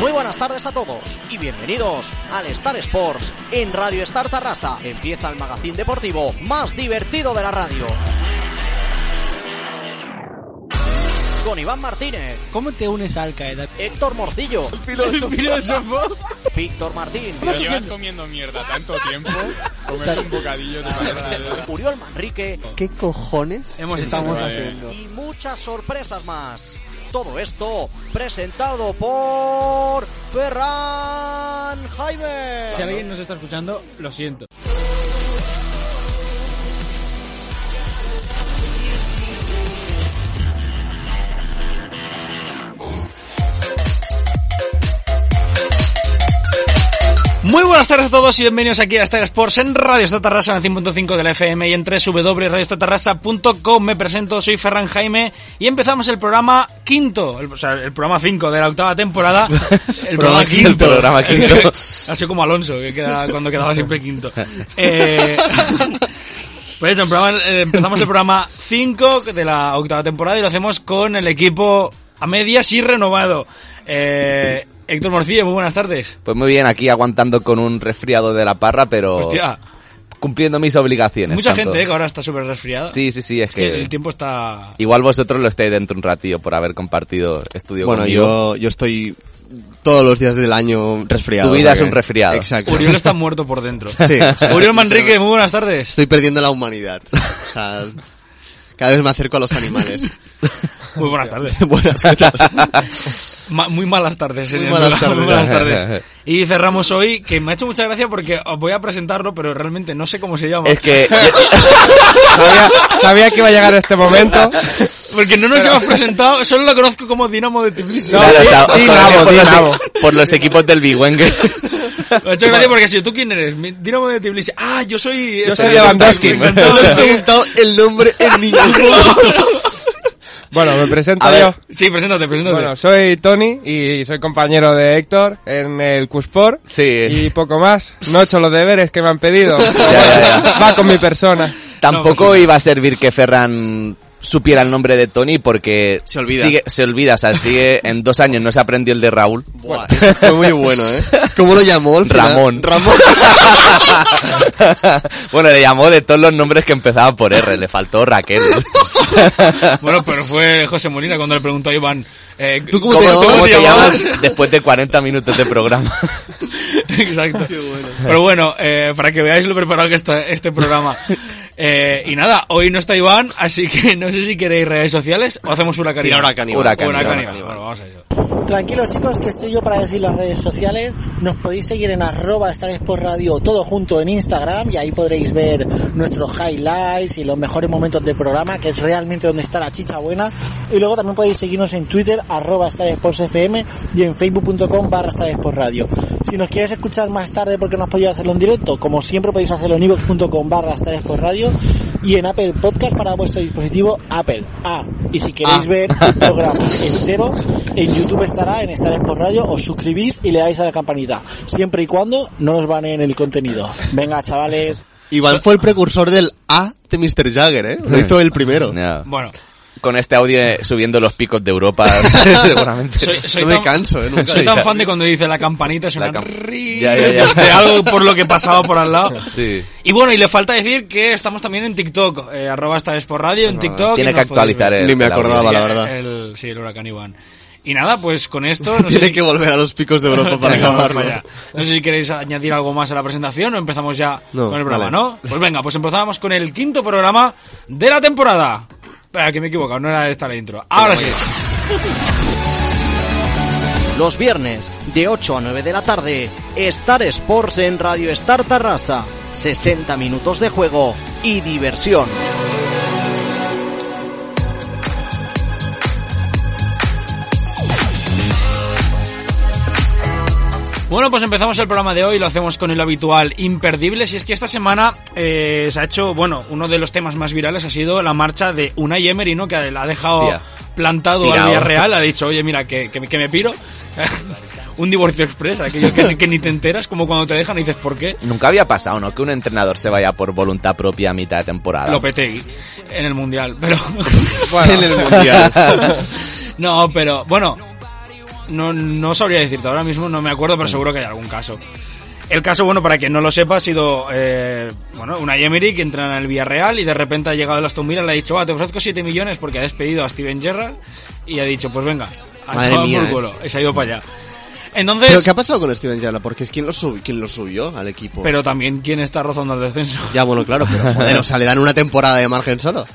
Muy buenas tardes a todos y bienvenidos al Star Sports en Radio Star Tarrasa. Empieza el magazín deportivo más divertido de la radio. Con Iván Martínez, ¿Cómo te unes a Al Qaeda? Héctor Morcillo, filósofo? Víctor Martín, Pero llevas comiendo mierda tanto tiempo, comerte un bocadillo de parada. Uriol Manrique ¿Qué cojones Hemos estamos estado- haciendo? y muchas sorpresas más. Todo esto presentado por Ferran Jaime. Si alguien nos está escuchando, lo siento. Muy buenas tardes a todos y bienvenidos aquí a Star Sports en Radio Esta Tarrasa en el 100.5 de la FM y en www.radioestatarrasa.com. Me presento, soy Ferran Jaime y empezamos el programa quinto, el- o sea, el programa 5 de la octava temporada. El Programa quinto. El programa quinto. Así como Alonso, que queda, cuando quedaba siempre quinto. Eh, pues eso, en programa- eh, empezamos el programa 5 de la octava temporada y lo hacemos con el equipo a medias y renovado. Eh, Héctor Morcillo, muy buenas tardes. Pues muy bien, aquí aguantando con un resfriado de la parra, pero Hostia, cumpliendo mis obligaciones. mucha tanto. gente eh, que ahora está súper resfriada. Sí, eh. sí, sí, es Es que que... el tiempo está... Igual vosotros lo estáis dentro un ratillo por haber compartido estudio Bueno, conmigo. yo, yo estoy todos los días del año resfriado. Tu o vida sea es un que- resfriado. Exacto. Uriol está muerto por dentro. Sí, o sea, Uriol Manrique, muy buenas tardes. Estoy perdiendo la humanidad. O sea, cada vez me acerco a los animales. Muy buenas tardes. Buenas tardes. Ma- muy malas tardes. Muy eh, malas tardes. muy malas tardes. Y cerramos hoy, que me ha hecho mucha gracia porque os voy a presentarlo, pero realmente no sé cómo se llama. Es que... sabía, sabía que iba a llegar este momento. Porque no nos hemos presentado, solo lo conozco como Dinamo de Tbilisi. Claro, o sea, os di conocéis nabo, por, di los, nabo. por los equipos del Big Wenger. Me ha hecho gracia porque si tú quién eres, Mi- Dinamo de Tbilisi. Ah, yo soy... Yo soy me Lewandowski. encanta, me No le he encanta. preguntado el nombre en ningún momento. Bueno, me presento A ver, yo. Sí, preséntate, preséntate. Bueno, soy Tony y soy compañero de Héctor en el Cusport. Sí. Y poco más. No he hecho los deberes que me han pedido. ya, pues ya. Va con mi persona. Tampoco iba a servir que Ferran supiera el nombre de Tony porque... Se olvida. sigue- se olvida, o sea, sigue... En dos años no se aprendió el de Raúl. Buah, eso fue muy bueno, ¿eh? ¿Cómo lo llamó? al final? Ramón. Ramón. bueno, le llamó de todos los nombres que empezaban por R, le faltó Raquel. Bueno, pero fue José Molina cuando le preguntó a Iván. eh, ¿Tú cómo ¿Cómo, te cómo llamas? te te llamas después de 40 minutos de programa? Exacto. Pero bueno, eh, para que veáis lo preparado que está este programa. Eh, y nada, hoy no está Iván, así que no sé si queréis redes sociales o hacemos una Tira ahora caníbal. Huracán, Una huracán. Bueno, vamos a eso. Tranquilos chicos, que estoy yo para decir las redes sociales. Nos podéis seguir en arroba Star Sports Radio todo junto en Instagram y ahí podréis ver nuestros highlights y los mejores momentos del programa, que es realmente donde está la chicha buena. Y luego también podéis seguirnos en Twitter, arroba Star Sports FM y en facebook.com barra Star Sports Radio. Si nos quieres escuchar más tarde porque no has podido hacerlo en directo, como siempre podéis hacerlo en ivox.com barra Star Sports Radio y en Apple Podcast para vuestro dispositivo Apple. Ah, y si queréis ver el programa entero, en YouTube estará en Star Sports Radio, os suscribís y le dais a la campanita, siempre y cuando no nos baneen el contenido. Venga, chavales. Iván fue el precursor del A de Mr. Jagger, ¿eh? Lo hizo el primero. No. Bueno, Con este audio eh, subiendo los picos de Europa, seguramente. soy, soy No me tan- canso, ¿eh? Nunca. soy tan fan de cuando dice la campanita es La una cam- ri- Ya, ya, ya. de algo por lo que pasaba por al lado. Sí. Y bueno, y le falta decir que estamos también en TikTok, eh, arroba esta vez por radio en TikTok. Tiene y que nos podéis actualizar ver. el Ni me el audio. acordaba, la Sí, verdad. El, sí, el huracán Iván. Y nada, pues con esto... no sé Tiene si- que volver a los picos de Europa para Venga, vamos acabarlo. para allá. No sé si queréis añadir algo más a la presentación o empezamos ya No, con el programa, dale. ¿no? Pues venga, pues empezamos con el quinto programa de la temporada. Espera, que me he equivocado, no era esta la intro. Ahora sí. Los viernes, de 8 a 9 de la tarde, Star Sports en Radio Star Tarrasa. 60 minutos de juego y diversión. Bueno, pues empezamos el programa de hoy, lo hacemos con el habitual imperdible. Si es que esta semana eh, se ha hecho, bueno, uno de los temas más virales ha sido la marcha de Unai Emery, ¿no? Que la ha dejado Hostia. plantado Pirao. al Villarreal, ha dicho, oye, mira, que, que, me- que me piro. Un divorcio express, aquello que, que ni te enteras, como cuando te dejan y dices, ¿por qué? Nunca había pasado, ¿no? Que un entrenador se vaya por voluntad propia a mitad de temporada. Lopetegui en el mundial, pero en el mundial. no, pero bueno, no, no sabría decirte ahora mismo, no me acuerdo, pero seguro que hay algún caso. El caso, bueno, para quien no lo sepa, ha sido eh, bueno, una Emery que entra en el Villarreal y de repente ha llegado el Aston Villa y le ha dicho, ah, te ofrezco 7 millones porque ha despedido a Steven Gerrard y ha dicho, pues venga, a Madre tomar mía, por eh. culo, y se ha ido para allá. ¿Pero Entonces, qué ha pasado con Steven Gerrard? Porque es quien lo, sub- quien lo subió al equipo. pero también quién está rozando el descenso. Ya, bueno, claro, pero joder, o sea, le dan una temporada de margen solo.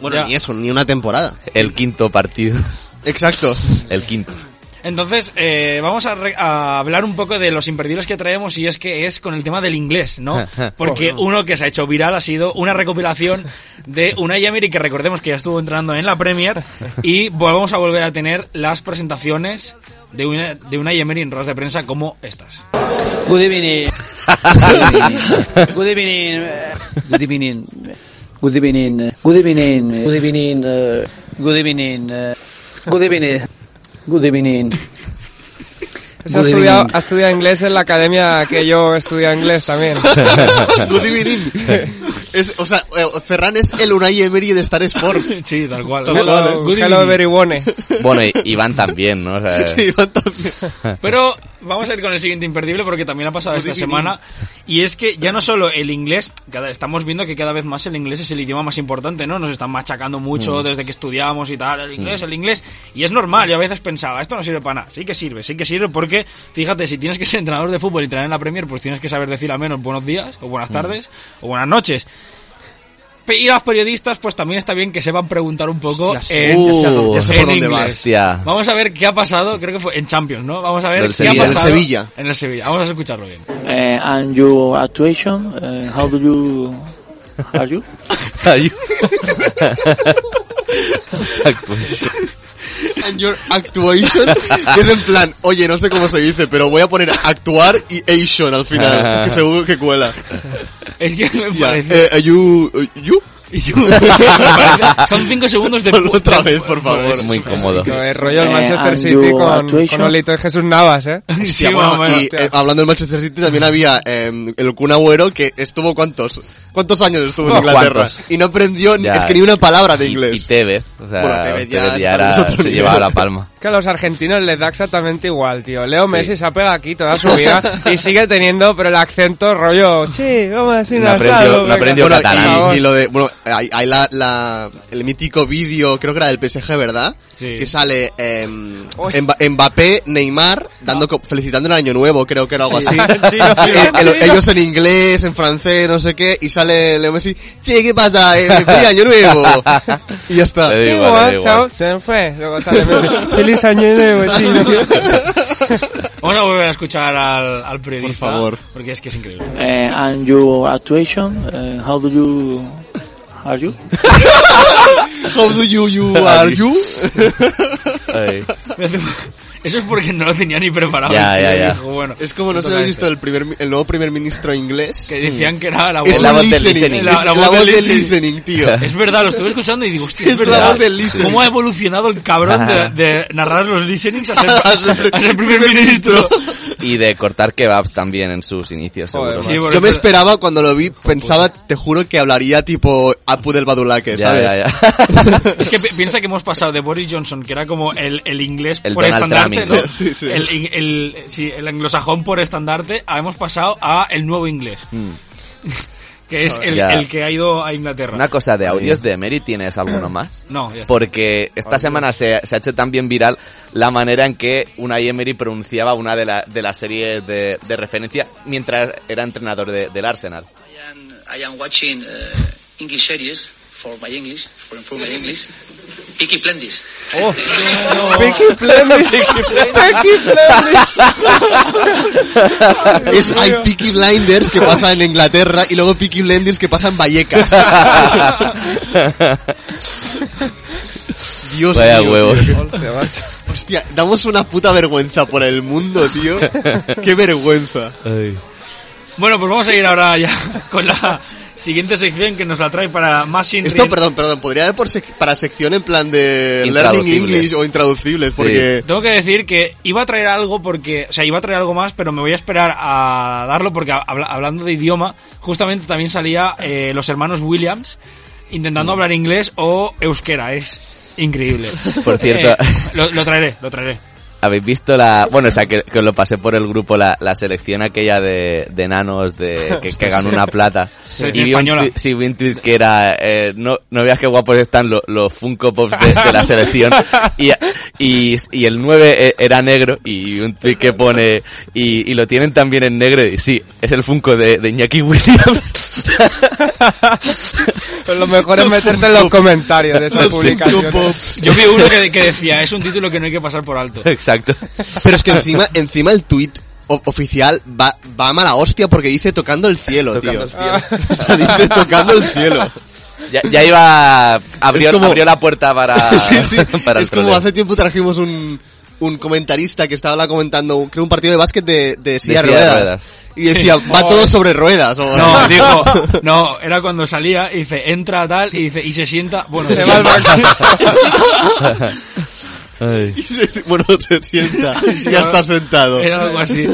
Bueno, Ya. ni eso, ni una temporada. El quinto partido. Exacto. El quinto. Entonces, eh, vamos a, re- a hablar un poco de los imperdibles que traemos y es que es con el tema del inglés, ¿no? Porque uno que se ha hecho viral ha sido una recopilación de Unai Emery que recordemos que ya estuvo entrando en la Premier y volvamos a volver a tener las presentaciones de una, de Unai Emery en ruedas de prensa como estas. Good evening. Good evening. Good evening. Good evening. Good evening. Good evening. uh, Good evening. Good evening. Good evening. Eso ha Good estudiado, evening. ha estudiado inglés en la academia que yo estudio inglés también. Good evening. Es, o sea, eh, Ferran es el Unai Emery de Star Sports. Sí, tal cual. Hello, Good hello eh. evening. everyone. Bueno, y Iván también, ¿no? O sea, Sí, Iván también. Pero vamos a ir con el siguiente imperdible porque también ha pasado esta semana. Y es que ya no solo el inglés, cada, estamos viendo que cada vez más el inglés es el idioma más importante, ¿no? Nos están machacando mucho desde que estudiamos y tal, el inglés, el inglés. Y es normal, yo a veces pensaba, esto no sirve para nada. Sí que sirve, sí que sirve porque, fíjate, si tienes que ser entrenador de fútbol y entrenar en la Premier, pues tienes que saber decir al menos buenos días, o buenas tardes, o buenas noches. Pe- Y los periodistas, pues también está bien que sepan preguntar un poco Ya sé, en- ya sé, a dónde- ya sé en por dónde inglés. vas. hostia. Vamos a ver qué ha pasado, creo que fue en Champions, ¿no? Vamos a ver Del qué Sevilla, ha del pasado Sevilla. en el Sevilla. Vamos a escucharlo bien. Uh, and your actuation, uh, how do you are you? Ay. Pues, And your actuation. que es en plan, oye, no sé cómo se dice, pero voy a poner actuar y action al final. que seguro que cuela. Es que me Ya, parece. eh, you, eh, you? y yo- me parece- Son cinco segundos de Ponlo pu- otra vez, por favor. es muy cómodo. No, es rollo el Eh, Manchester and City you con, actuation? con Olito y Jesús Navas, ¿eh? Sí, Hostia, más bueno, o menos. y eh, hablando del Manchester City también había eh, el Kun Agüero que estuvo cuántos cuántos años estuvo en Unos Inglaterra cuantos. y no aprendió ni- Ya, es que ni una palabra de y- Y, inglés. Tevez. O sea, Bueno, Tevez ya Tevez está en era- otro se nivel. llevaba la palma. Que a los argentinos les da exactamente igual, tío. Leo Messi Sí. se ha pegado aquí toda su vida y sigue teniendo, pero el acento rollo, che, vamos a decir un No aprendió- asado, no venga". aprendió bueno, catalán. Por favor. y, y lo de bueno, hay, hay la, la- el mítico vídeo, creo que era del PSG, ¿verdad? Sí. Que sale eh, Uy. Mba- Mbappé, Neymar dando co- felicitando el año nuevo, creo que era algo así. Sí, no, sí, Eh, El- no, el- sí, no. ellos en inglés, en francés, no sé qué, y sale Leo Messi, che, ¿qué pasa? Eh, feliz año nuevo. y ya está. Le Sí, Da igual, guau, da igual. chao, se me fue. Luego sale Messi, Feliz año nuevo, chino. Vamos a volver a escuchar al, al periodista. favor. Porque es que es increíble. Uh, and your actuation, uh, how do you are you? How do you, you are you? Ay. Me hace- Eso es porque no lo tenía ni preparado. Ya, ya, ya. Dijo, bueno, Es como no me se toca ha este. visto el, primer, mi- el nuevo primer ministro inglés. Que decían que era la Es voz. la la voz voz del listening. listening. Es La- la, la voz voz del del listening. listening, tío. Es verdad, lo estuve escuchando y digo, hostia, Es la voz del listening. ¿Cómo ha evolucionado el cabrón de, de narrar los listenings a ser, A ser a ser primer primer ministro? Y de cortar kebabs también en sus inicios, seguro. Sí, por Yo me eso- esperaba cuando lo vi, pensaba, te juro que hablaría tipo Apu del Badulaque, Ya, ¿sabes? ya, ya. Es que pi- piensa que hemos pasado de Boris Johnson, que era como el, el inglés El por Donald estandarte, Trump ¿no? inglés. Sí, sí. El, in- el- sí, el anglosajón por estandarte, ah, hemos pasado a el nuevo inglés. Que es el, Mm. Ya. el que ha ido a Inglaterra. Una cosa de audios de Emery, ¿tienes alguno más? No, ya está. Porque esta semana se, se ha hecho también viral la manera en que Unai Emery pronunciaba una de, la- de las series de, de referencia mientras era entrenador de- del Arsenal. I am, I am watching uh, English series for my English, for improve my English. Peaky Blinders. Peaky Blinders, Peaky Blinders. Es hay Peaky Blinders que pasa en Inglaterra y luego Peaky Blinders que pasa en Vallecas. Dios Vaya mío. huevos. tío, Hostia, macho. Hostia, damos una puta vergüenza por el mundo, tío. Qué vergüenza. Bueno, pues vamos a ir ahora ya con la siguiente sección que nos la trae para más sin Esto, Riel. perdón, perdón, podría haber por sec- para sección en plan de Learning Intraducible. English o intraducibles, porque... Tengo que decir que iba a traer algo porque, o sea, iba a traer algo más, pero me voy a esperar a darlo porque habla- hablando de idioma, justamente también salía eh, los hermanos Williams intentando hablar inglés o euskera, es increíble. Por cierto. Eh, lo, lo traeré, lo traeré. ¿Habéis visto la... Bueno, o sea, que, que os lo pasé por el grupo, la, la selección aquella de, de nanos de, que, que ganó una plata. Selección vi un, española. tuit- sí, vi un tuit que era... eh, no, no veas qué guapos están los, los Funko Pops de, de la selección. Y, y, y el 9 e- era negro y un tuit que pone... Y, y lo tienen también en negro y sí, es el Funko de, de Iñaki Williams. Lo mejor es Los meterte Funko- en los comentarios de esas Los publicaciones. Funko Pops. Yo vi uno que, que decía, es un título que no hay que pasar por alto. Exacto. Pero es que encima, encima el tweet oficial va, va a mala hostia porque dice tocando el cielo, Tocando tío. el cielo. O sea, dice tocando el cielo. Ya, ya iba... Abrió, Es como- abrió la puerta para... sí, sí. Ah, para el es como troleo. hace tiempo trajimos un, un comentarista que estaba comentando, creo, un partido de básquet de, de silla de silla de ruedas. ruedas. Y decía, va todo sobre ruedas. o- No, dijo, no, era cuando salía y dice, entra tal y dice, y se sienta, bueno, Se va al banco. Y se- se- bueno, se sienta. Ya está sentado. era algo así.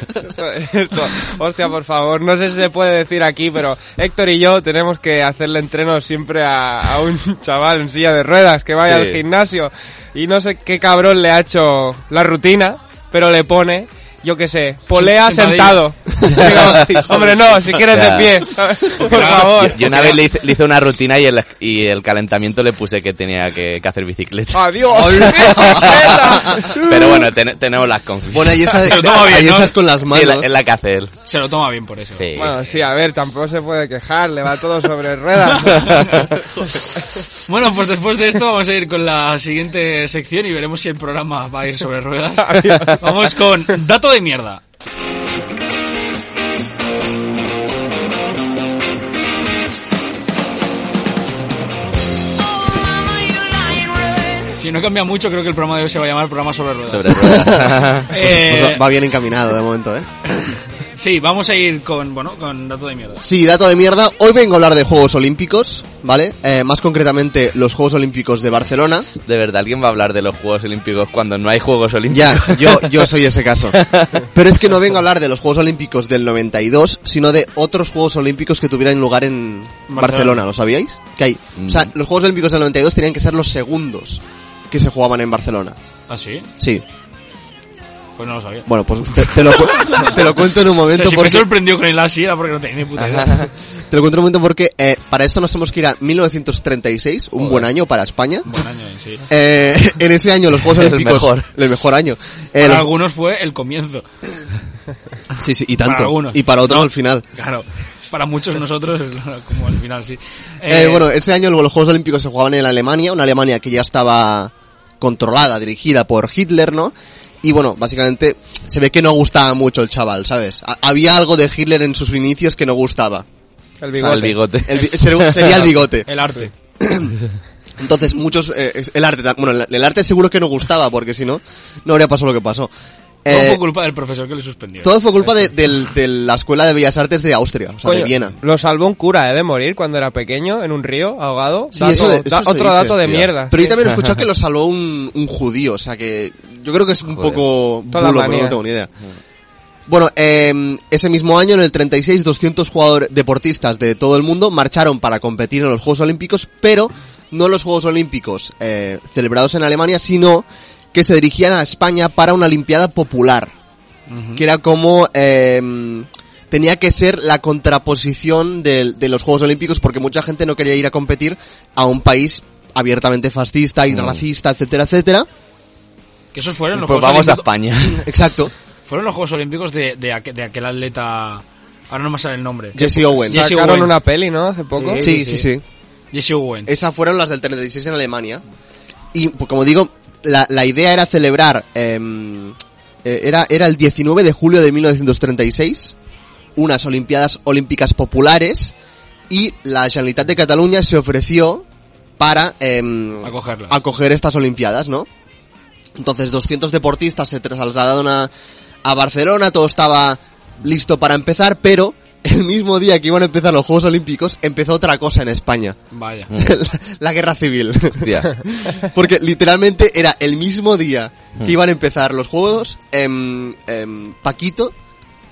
Esto, hostia, por favor, no sé si se puede decir aquí, pero Héctor y yo tenemos que hacerle entrenos siempre a, a un chaval en silla de ruedas que vaya Sí. al gimnasio. Y no sé qué cabrón le ha hecho la rutina, pero le pone, yo qué sé, polea Sentadilla. sentado. Digo, Hombre, no, si quieres de Ya. pie, por favor. Yo, yo una vez le hice, le hice una rutina y el, y el calentamiento le puse que tenía que, que hacer bicicleta. Adiós. Pero bueno, ten- tenemos las confis. Bueno, y esas, Se lo toma bien, hay ¿no? esas con las Sí, manos. la- es la que hace él. Se lo toma bien por eso. Sí. Bueno, sí, a ver, tampoco se puede quejar, le va todo sobre ruedas. Bueno, pues después de esto vamos a ir con la siguiente sección y veremos si el programa va a ir sobre ruedas. Vamos con dato de mierda. Si no cambia mucho, creo que el programa de hoy se va a llamar programa sobre ruedas. Sobre ruedas. Eh, Pues va- va bien encaminado de momento, ¿eh? sí, vamos a ir con, bueno, con dato de mierda. Sí, dato de mierda. Hoy vengo a hablar de Juegos Olímpicos, ¿vale? Eh, más concretamente, los Juegos Olímpicos de Barcelona. de verdad, ¿alguien va a hablar de los Juegos Olímpicos cuando no hay Juegos Olímpicos? Ya, yo, yo soy ese caso. Pero es que no vengo a hablar de los Juegos Olímpicos del 92, sino de otros Juegos Olímpicos que tuvieran lugar en Barcelona. Barcelona, ¿lo sabíais? Que hay. O sea, Mm. los Juegos Olímpicos del 92 tenían que ser los segundos que se jugaban en Barcelona. ¿Ah, sí? Sí. Pues no lo sabía. Bueno, pues te, te lo, cu- te lo cuento en un O sea, momento si me porque sorprendió con el así era porque no tenía ni puta idea. te lo cuento en un momento porque eh, para esto nos tenemos que ir a 1936, un buen año para España. Buen Pues año, sí. Eh, en ese año los Juegos El Olímpicos mejor. el mejor año. Eh, Para los- algunos fue el comienzo. sí, sí, y para tanto. algunos. y para otros No. al final. Claro, para muchos nosotros es como al final, sí. Eh, bueno, ese año los Juegos Olímpicos se jugaban en Alemania, una Alemania que ya estaba controlada, dirigida por Hitler, ¿no? Y bueno, básicamente se ve que no gustaba mucho el chaval, ¿sabes? Ha- había algo de Hitler en sus inicios que no gustaba. El Al bigote. bigote. El bi- ser- sería el bigote. El arte. Entonces muchos... eh, es- el arte, ta- bueno, el, el arte seguro que no gustaba, porque si no, no habría pasado lo que pasó. Todo Eh, fue culpa del profesor que le suspendió. todo fue culpa de, del- de la Escuela de Bellas Artes de Austria, o sea, de Coño, Viena. Lo salvó un cura, ¿eh? De morir cuando era pequeño, en un río, ahogado. Sí, Dato- eso de- eso da- se otro dice, dato de tío. mierda. Pero yo Sí. también he escuchado que lo salvó un, un judío, o sea que yo creo que es un Joder. poco Toda la bulo, pero manía. no tengo ni idea. Bueno, eh, ese mismo año, en el 36, 200 jugadores deportistas de todo el mundo marcharon para competir en los Juegos Olímpicos, pero no los Juegos Olímpicos eh, celebrados en Alemania, sino que se dirigían a España para una Olimpiada Popular, que era como... eh, tenía que ser la contraposición del- de, los Juegos Olímpicos porque mucha gente no quería ir a competir a un país abiertamente fascista Mm. y racista, etcétera, etcétera. Que esos fueron los Pues Juegos vamos a Olímpicos. España. Exacto. Fueron los Juegos Olímpicos de, de, aqu- de aquel atleta. Ahora no me sale el nombre. Jesse Owens. Jesse Sacaron Owens. una peli, ¿no? Hace poco. Sí. Sí, sí, sí. Jesse Owens. Esas fueron las del 36 en Alemania. Y pues, como digo, la, la idea era celebrar... em, eh, era, era el 19 de julio de 1936, unas Olimpiadas Olímpicas Populares, y la Generalitat de Cataluña se ofreció para... em, Acogerlas. acoger estas Olimpiadas, ¿no? Entonces 200 deportistas se trasladaron a, a Barcelona, todo estaba listo para empezar, pero el mismo día que iban a empezar los Juegos Olímpicos empezó otra cosa en España, Vaya. la, la guerra civil. Hostia. Porque literalmente era el mismo día Hmm. que iban a empezar los juegos, em, em, Paquito,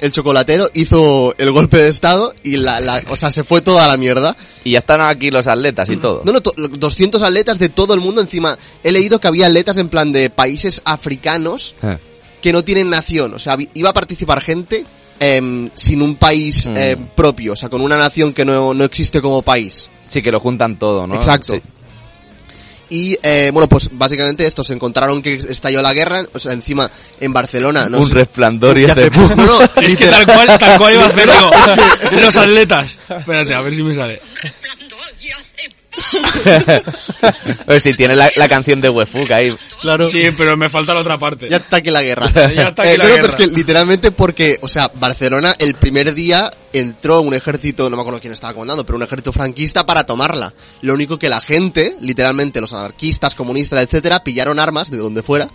el chocolatero, hizo el golpe de estado y la, la- o sea, se fue toda la mierda. Y ya están aquí los atletas y todo. No, no, to- 200 atletas de todo el mundo encima. He leído que había atletas en plan de países africanos Eh. que no tienen nación. O sea, vi- iba a participar gente em, sin un país Mm. em, propio, o sea, con una nación que no, no existe como país. Sí, que lo juntan todo, ¿no? Exacto. Sí. Y eh, bueno, pues básicamente esto, se encontraron que estalló la guerra, o sea, encima en Barcelona, Ah, no un sé- resplandor y ya este hace poco, no, Es que literal- tal cual, tal cual iba a hacer digo, Los atletas. Espérate, a ver si me sale. Pero Pues si tiene la, la canción de Huefuca ahí. claro, Sí, pero me falta la otra parte. ya está aquí la guerra. Ya está aquí Eh, la no, no, guerra. pero es que literalmente porque, o sea, Barcelona el primer día entró un ejército, no me acuerdo quién estaba comandando, pero un ejército franquista para tomarla. Lo único que la gente, literalmente los anarquistas, comunistas, etcétera, pillaron armas de donde fuera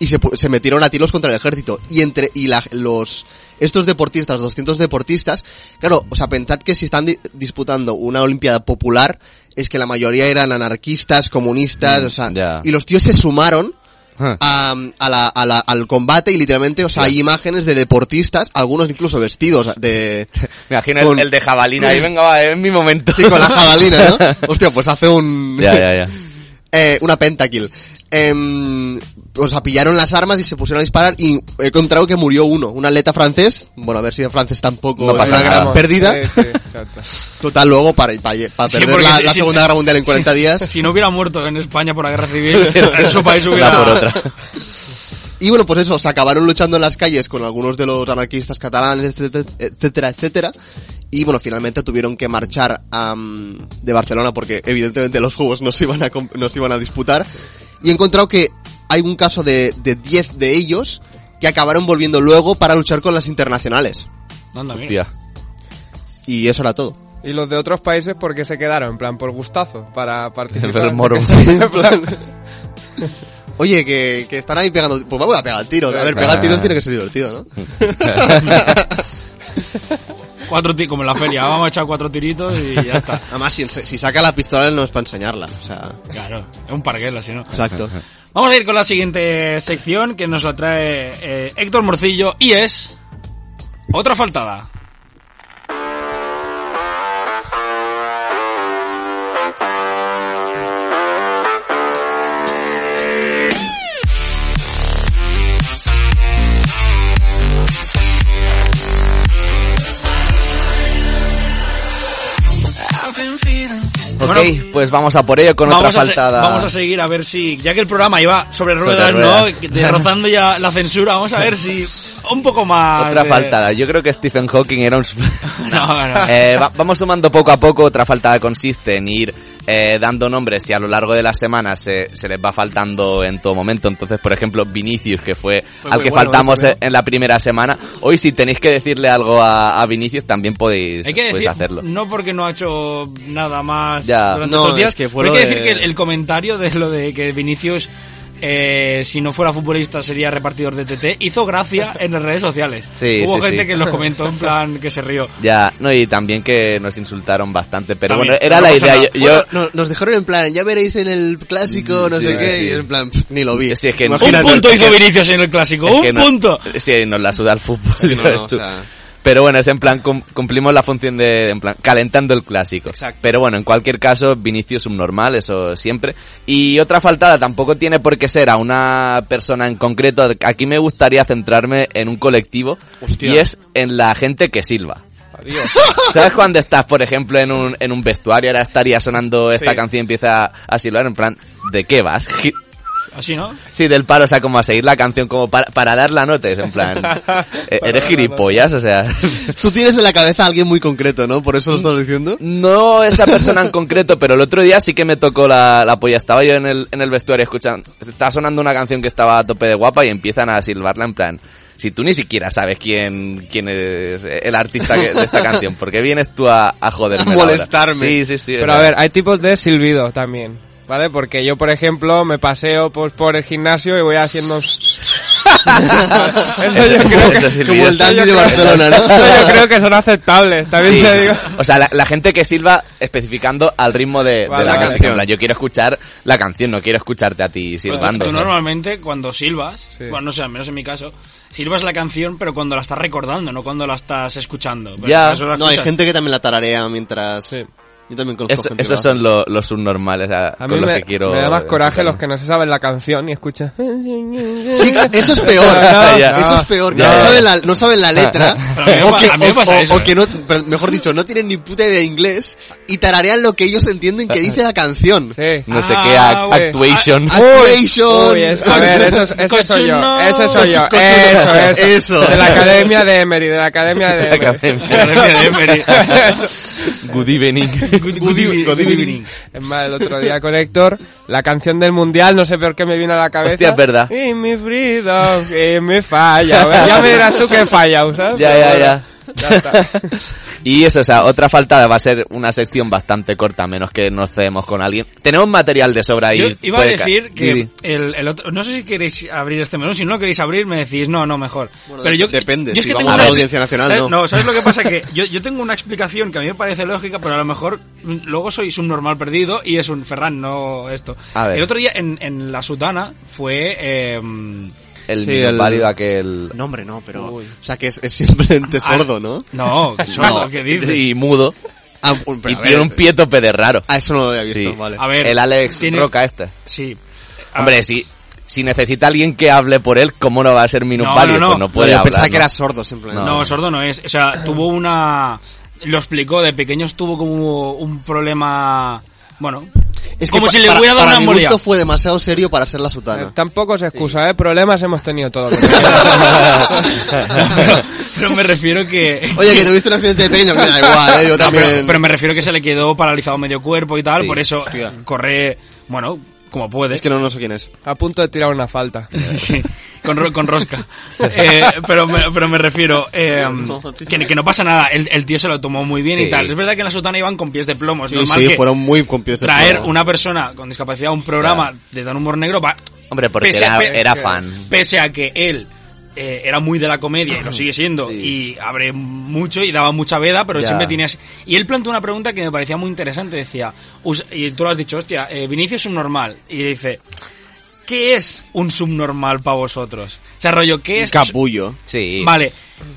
y se, pu- se metieron a tiros contra el ejército. Y entre, y la- los, estos deportistas, 200 deportistas, claro, o sea, pensad que si están di- disputando una olimpiada popular, es que la mayoría eran anarquistas, comunistas, Mm, o sea, ya. y los tíos se sumaron Ah. a, a la- a la- al combate y literalmente, o sea, hay imágenes de deportistas, algunos incluso vestidos de... Me imagino el- Con- el, de jabalina ahí. Venga, va, es mi momento. Sí, con la jabalina, ¿no? Hostia, pues hace un... Ya, ya, ya. eh, una pentakill. Em, o sea, pillaron las armas y se pusieron a disparar y he encontrado que murió uno, un atleta francés. Bueno, a ver si en francés tampoco No es pasa una nada. gran pérdida. Sí, sí, exacto. Total, luego para, para, para Sí, perder porque la, si- la si- Segunda Guerra Mundial en 40 días. Si no hubiera muerto en España por la guerra civil, en su país Una hubiera... por otra. Y bueno, pues eso, se acabaron luchando en las calles con algunos de los anarquistas catalanes, etcétera, etcétera, etcétera. Y bueno, finalmente tuvieron que marchar am, de Barcelona porque evidentemente los juegos no se iban a, comp- no se iban a disputar. Y he encontrado que hay un caso de de 10 de ellos que acabaron volviendo luego para luchar con las internacionales. Anda, mira. Hostia. Y eso era todo. ¿Y los de otros países por qué se quedaron? En plan, por gustazo, para participar. El moro. En plan, Oye, que, que están ahí pegando... Pues vamos a pegar tiros. A ver, pegar tiros tiene que ser divertido, ¿no? Cuatro ti- como en la feria, vamos a echar cuatro tiritos y ya está. Además, si, si saca la pistola no es para enseñarla. O sea, Claro, es un parguela, si no. exacto. Vamos a ir con la siguiente sección que nos la trae eh, Héctor Morcillo y es... Otra faltada. Ok, Bueno, pues vamos a por ello con vamos otra a se- faltada. vamos a seguir a ver si, ya que el programa iba sobre Sobre ruedas, ruedas. ¿no? Que- Derrozando ya la censura, vamos a ver si un poco más... Otra de- faltada. Yo creo que Stephen Hawking era un... No, no. Eh, va- vamos sumando poco a poco. Otra faltada consiste en ir eh, dando nombres y a lo largo de las semanas se, se les va faltando en todo momento. Entonces, por ejemplo, Vinicius, que fue, Fue al muy que bueno, faltamos ¿eh? en, en la primera semana. Hoy, si tenéis que decirle algo a, a Vinicius, también podéis, Hay que podéis decir, hacerlo. no porque no ha hecho nada más Ya. durante No, estos días, es que fue pero lo hay que de- decir que el, el comentario de lo de que Vinicius, eh, si no fuera futbolista, sería repartidor de TT, hizo gracia en las redes sociales. Sí, Hubo sí, gente sí. que los comentó en plan que se rió. Ya, no, y también que nos insultaron bastante. Pero También, bueno, era no la pasa idea. nada. Yo, yo- Bueno, no- nos dejaron en plan, ya veréis en el clásico, no Sí, sé sí. qué, y en plan, pff, ni lo vi. Sí, es que- Imagínate. un punto hizo Vinicius en el clásico, es un que no- punto. Sí, nos la suda el fútbol. Sí, no, no, o Tú- sea, Pero bueno, es en plan, cum- cumplimos la función de, en plan, calentando el clásico. Exacto. Pero bueno, en cualquier caso, Vinicius subnormal, eso siempre. Y otra faltada, tampoco tiene por qué ser a una persona en concreto. Aquí me gustaría centrarme en un colectivo. Hostia. Y es en la gente que silba. este ¿Sabes cuando estás, por ejemplo, en un, en un vestuario, ahora estaría sonando esta Sí. canción y empieza a, a silbar en plan, ¿de qué vas? Así, ¿no? Sí, del paro, o sea, como a seguir la canción, como para, para dar la nota, es en plan, "E- dar la eres gilipollas, o sea. Tú tienes en la cabeza a alguien muy concreto, ¿no? Por eso lo estás diciendo. No esa persona en concreto, pero el otro día sí que me tocó la, la polla. Estaba yo en el, en el vestuario escuchando. Estaba sonando una canción que estaba a tope de guapa y empiezan a silbarla en plan. Si tú ni siquiera sabes quién, quién es el artista que- de esta canción, ¿por qué vienes tú a, a joderme? A ahora? molestarme. Sí, sí, sí. Pero a ver, hay tipos de silbido también. ¿vale? Porque yo, por ejemplo, me paseo pues, por el gimnasio y voy haciendo... eso yo creo que... Eso sí, Como el Dios. Dandy de Barcelona, ¿no? eso yo creo que son aceptables, también Sí. te digo. O sea, la, la gente que silba especificando al ritmo de, de Vale, la vale. canción. En plan, Yo quiero escuchar la canción, no quiero escucharte a ti silbando. Tú ¿no? normalmente cuando silbas, Sí. bueno, no sé, al menos en mi caso, silbas la canción, pero cuando la estás recordando, no cuando la estás escuchando. Pero en tu Ya. caso la No, hay escuchas. gente que también la tararea mientras... Sí. Yo también conozco Eso- gente que esos lo son lo- los subnormales a, A mí con los me, que quiero. me da más coraje escuchar. los que no se saben la canción y escuchan... hace. Sí, eso es peor. No, Ya. Eso es peor. que Ya. No, saben la, no saben la letra. Pero a mí me o pa- que, a mí me o- pasa o- eso, o que eh. no, pero mejor dicho, no tienen ni puta idea de inglés y tararean lo que ellos entienden que dice la canción. Sí. No sé Ah, qué act- güey. actuation. Actuation. Uy, eso, a ver, eso, es- ese soy yo, ese soy yo, Cochuno. eso, eso, Eso. de la Academia de Emery, de la Academia de Emery. Good evening. Good, good evening. good evening. Es más, el otro día con Héctor, la canción del mundial, no sé por qué me vino a la cabeza. Hostia, es verdad. Y mi freedom, y mi falla. Bueno, Ya me dirás tú que falla, ¿sabes? Ya, ya, ya. Ya está. Y eso, o sea, otra falta va a ser una sección bastante corta, a menos que nos cedemos con alguien. Tenemos material de sobra ahí. Yo iba a puede ca- decir que Didi. el, el otro, no sé si queréis abrir este menú, si no lo queréis abrir me decís, no, no, mejor. Bueno, Pero de- yo, depende, yo es si que vamos tengo a la una- Audiencia Nacional, ¿sabes? no. ¿sabes lo que pasa? Que yo, yo tengo una explicación que a mí me parece lógica, pero a lo mejor mm, luego soy un normal perdido y es un Ferran, no esto. A ver. El otro día en, en la sutana fue... eh, El Sí, el- válido aquel. No, hombre, no, pero. O sea, que es, es simplemente sordo, ¿no? no, que sordo, No, que dice. Y mudo. Ah, un- pero Y a ver, tiene un pie tope de raro. Ah, eso no lo había visto, Sí. vale. A ver, el Alex tiene- Roca este. Sí. A- Hombre, si, si necesita alguien que hable por él, ¿cómo no va a ser minus No, válido? no, no. Pues no No, puede yo hablar. pensaba que ¿no? era sordo simplemente. Ah, No, sordo no es. O sea, tuvo una... Lo explicó, de pequeños tuvo como un problema... Bueno, como pa- si le para- hubiera dado para una mi embolia. gusto fue demasiado serio para ser la sutana. Eh, Tampoco se excusa, ¿eh? Problemas hemos tenido todos. Eh, No, pero, pero me refiero que... Oye, que tuviste un accidente de pequeño, que da igual, eh, yo No, también. pero, pero me refiero que se le quedó paralizado medio cuerpo y tal, Sí, por eso hostia. corre, bueno, como puede, Es que no, no sé quién es. A punto de tirar una falta. Sí, con, ro- con rosca. Eh, pero, me, pero me refiero eh, No, tío. que, que no pasa nada, el, el tío se lo tomó muy bien y Sí. tal. Es verdad que en la sotana iban con pies de plomo, es Sí, normal sí, que fueron muy con pies de traer plomo. una persona con discapacidad a un programa de tan humor negro va... Hombre, porque pese a- era, pe- era fan. pese a que él eh, era muy de la comedia y lo sigue siendo y abre mucho y daba mucha veda pero Ya. siempre tenía así- y él planteó una pregunta que me parecía muy interesante decía us- y tú lo has dicho hostia eh, Vinicius es un normal y dice ¿qué es un subnormal para vosotros? o sea rollo ¿qué Un es capullo. Sí. Vale,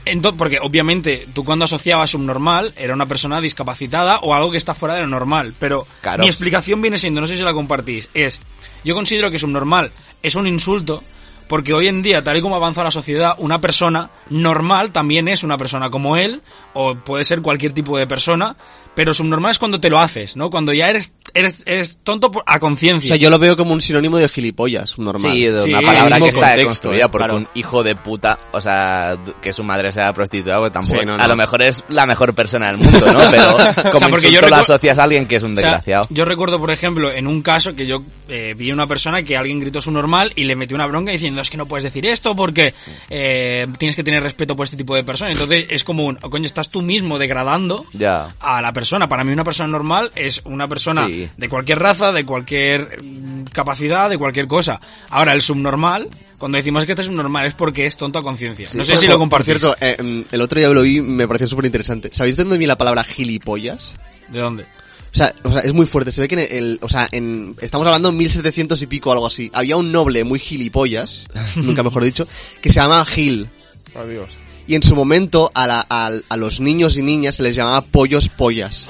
entonces, porque obviamente tú cuando asociabas subnormal era una persona discapacitada o algo que está fuera de lo normal, pero Claro. mi explicación viene siendo, no sé si la compartís, es, yo considero que subnormal es un insulto porque hoy en día, tal y como avanza la sociedad, una persona normal también es una persona como él o puede ser cualquier tipo de persona, pero subnormal es cuando te lo haces, ¿no? Cuando ya eres, eres, eres tonto por- a O conciencia. sea, yo lo veo como un sinónimo de gilipollas, un normal. Sí, de Sí, una el palabra mismo que está contexto, deconstruida eh, porque claro. un hijo de puta, o sea, que su madre sea prostituida, pues tampoco. Sí, no, A no. lo mejor es la mejor persona del mundo, ¿no? Pero como O sea, porque yo insulto lo recu- asocias a alguien que es un O sea, desgraciado. yo recuerdo, por ejemplo, en un caso que yo eh, vi una persona que alguien gritó su normal y le metió una bronca diciendo es que no puedes decir esto porque eh, tienes que tener respeto por este tipo de personas. Entonces es como un, "Oh, coño, estás tú mismo degradando Ya. a la persona. Para mí una persona normal es una persona Sí. de cualquier raza, de cualquier mm, capacidad, de cualquier cosa. Ahora, el subnormal, cuando decimos que este es subnormal es porque es tonto a conciencia. no sé si lo Por compartís. cierto, eh, mm, el otro día lo vi, me pareció súper interesante. ¿Sabéis de dónde viene la palabra gilipollas? ¿De dónde? O sea, o sea, es muy fuerte. Se ve que en el, o sea, en, estamos hablando 1700 y pico, algo así. Había un noble muy gilipollas, nunca mejor dicho, que se llamaba Gil. Adiós. Y en su momento a, la- a, a los niños y niñas se les llamaba pollos pollas.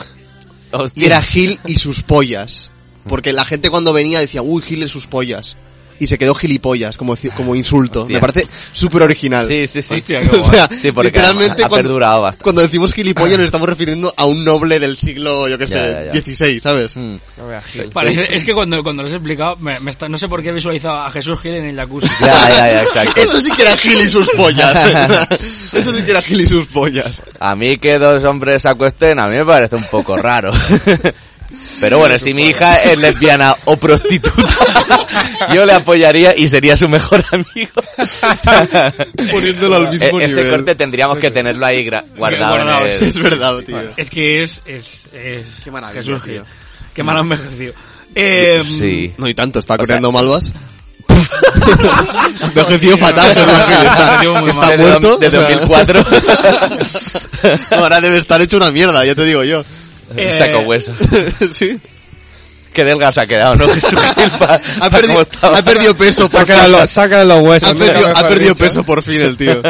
Y Hostia. era Gil y sus pollas. Porque la gente cuando venía decía, uy, Gil y sus pollas. Y se quedó gilipollas como, ci- como insulto. Hostia. Me parece súper original. Sí, sí, sí. Hostia, qué O sea, Sí, porque literalmente ha- ha cuando, perdurado bastante. cuando decimos gilipollas nos estamos refiriendo a un noble del siglo, yo qué sé, Ya, ya, ya. 16, ¿sabes? Mm. No veas, Gil. Parece- es que cuando, cuando lo he explicado, me- me está- no sé por qué he visualizado a Jesús Gil en el jacuzzi. Ya, ya, ya, exacto. Eso sí que era Gil y sus pollas. Eso sí que era Gil y sus pollas. A mí que dos hombres se acuesten, a mí me parece un poco raro. Pero bueno, si mi hija es lesbiana o prostituta, yo le apoyaría y sería su mejor amigo. Poniéndolo al E- mismo ese nivel. corte tendríamos que tenerlo ahí gra- guardado en Guardado, el... Es verdad, tío. Es que es, es, es Qué maravilla, Jesús tío. Gil. Qué mal envejecido. Eh, Sí. No, y tanto, está sea- corriendo malvas. Envejecido fatal, Jesús Gil, está, Envejeció muy está Desde muerto. do- Desde o sea, 2004. no, ahora debe estar hecho una mierda, ya te digo yo. Eh, Saco hueso. sí. Qué delga se ha quedado, ¿no? Jesús Gil, pa- Ha pa cómo perdido, estaba. ha perdido peso por fin. Sácale los, sácale los Pues huesos. Ha ¿no? perdido, ha Mejor perdido dicho. peso por fin el tío.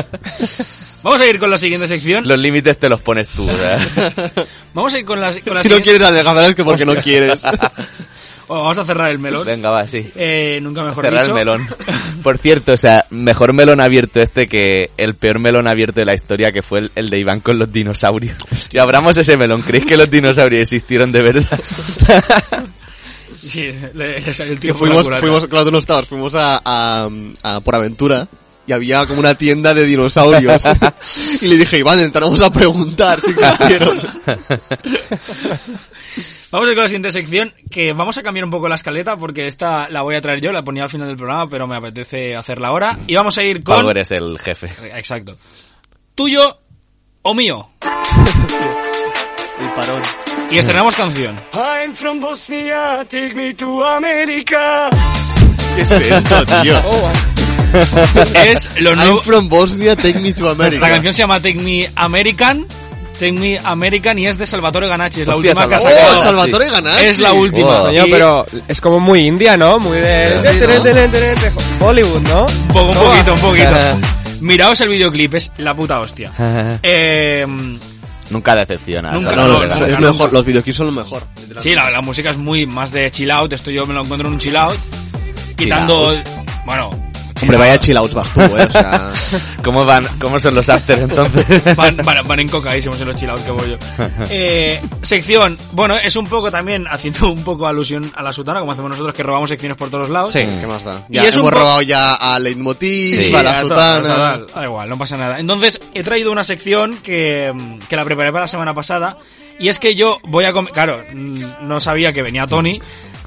Vamos a ir con la siguiente sección. Los límites te los pones tú, ¿verdad? Vamos a ir con la, con la Si no siguiente- quieres adelgazar es que porque no quieres. Bueno, vamos a cerrar el melón. Venga, va, sí. Eh, nunca mejor Cerrar dicho. el melón. Por cierto, o sea, mejor melón abierto este que el peor melón abierto de la historia, que fue el, el de Iván con los dinosaurios. Y abramos ese melón. ¿Creéis que los dinosaurios existieron de verdad? Sí, le, le salió el Que tío por la fuimos, culata. fuimos, claro, tú no estabas, fuimos a, a, a Por Aventura y había como una tienda de dinosaurios. y le dije, Iván, entramos a preguntar si existieron. Vamos a ir con la siguiente sección, que vamos a cambiar un poco la escaleta, porque esta la voy a traer yo, la ponía al final del programa, pero me apetece hacerla ahora. Y vamos a ir con... Pablo eres el jefe. Exacto. ¿Tuyo o mío? El parón. Y estrenamos canción. ¿Qué es esto, tío? Oh, Es lo I'm nuevo... from Bosnia, take me to America. La canción se llama Take Me American. Take Me American y es de Salvatore Ganacci. Es la Hostia, última que ha Salvatore. ¡Oh, sacado. Salvatore Ganacci! Es la última. Wow. Coño, Y pero es como muy india, ¿no? Muy de... de- de- de- de- de Hollywood, ¿no? Un poco, un poquito, un poquito. Miraos el videoclip, es la puta hostia. Eh, Nunca decepciona. Nunca, No, Salvador, no, no, es, ¿verdad? es mejor, los videoclips son lo mejor. sí, la, la música es muy más de chill out. Esto yo me lo encuentro en un chill out. Quitando. Bueno. chill Hombre, out. vaya chill outs vas tú, eh, o sea... ¿Cómo, van, ¿Cómo son los afters entonces? Van, van, van en cocaísimos en los chill out que voy yo. Eh, sección. Bueno, es un poco también haciendo un poco alusión a la sutana, como hacemos nosotros que robamos secciones por todos lados. ¿Qué más da? Ya es un hemos po- robado ya a Leitmotiv, Sí, a la a to- a sotana... total. Da igual, no pasa nada. Entonces, he traído una sección que, mm, que la preparé para la semana pasada. Y es que yo voy a... com- Claro, mm, no sabía que venía Tony.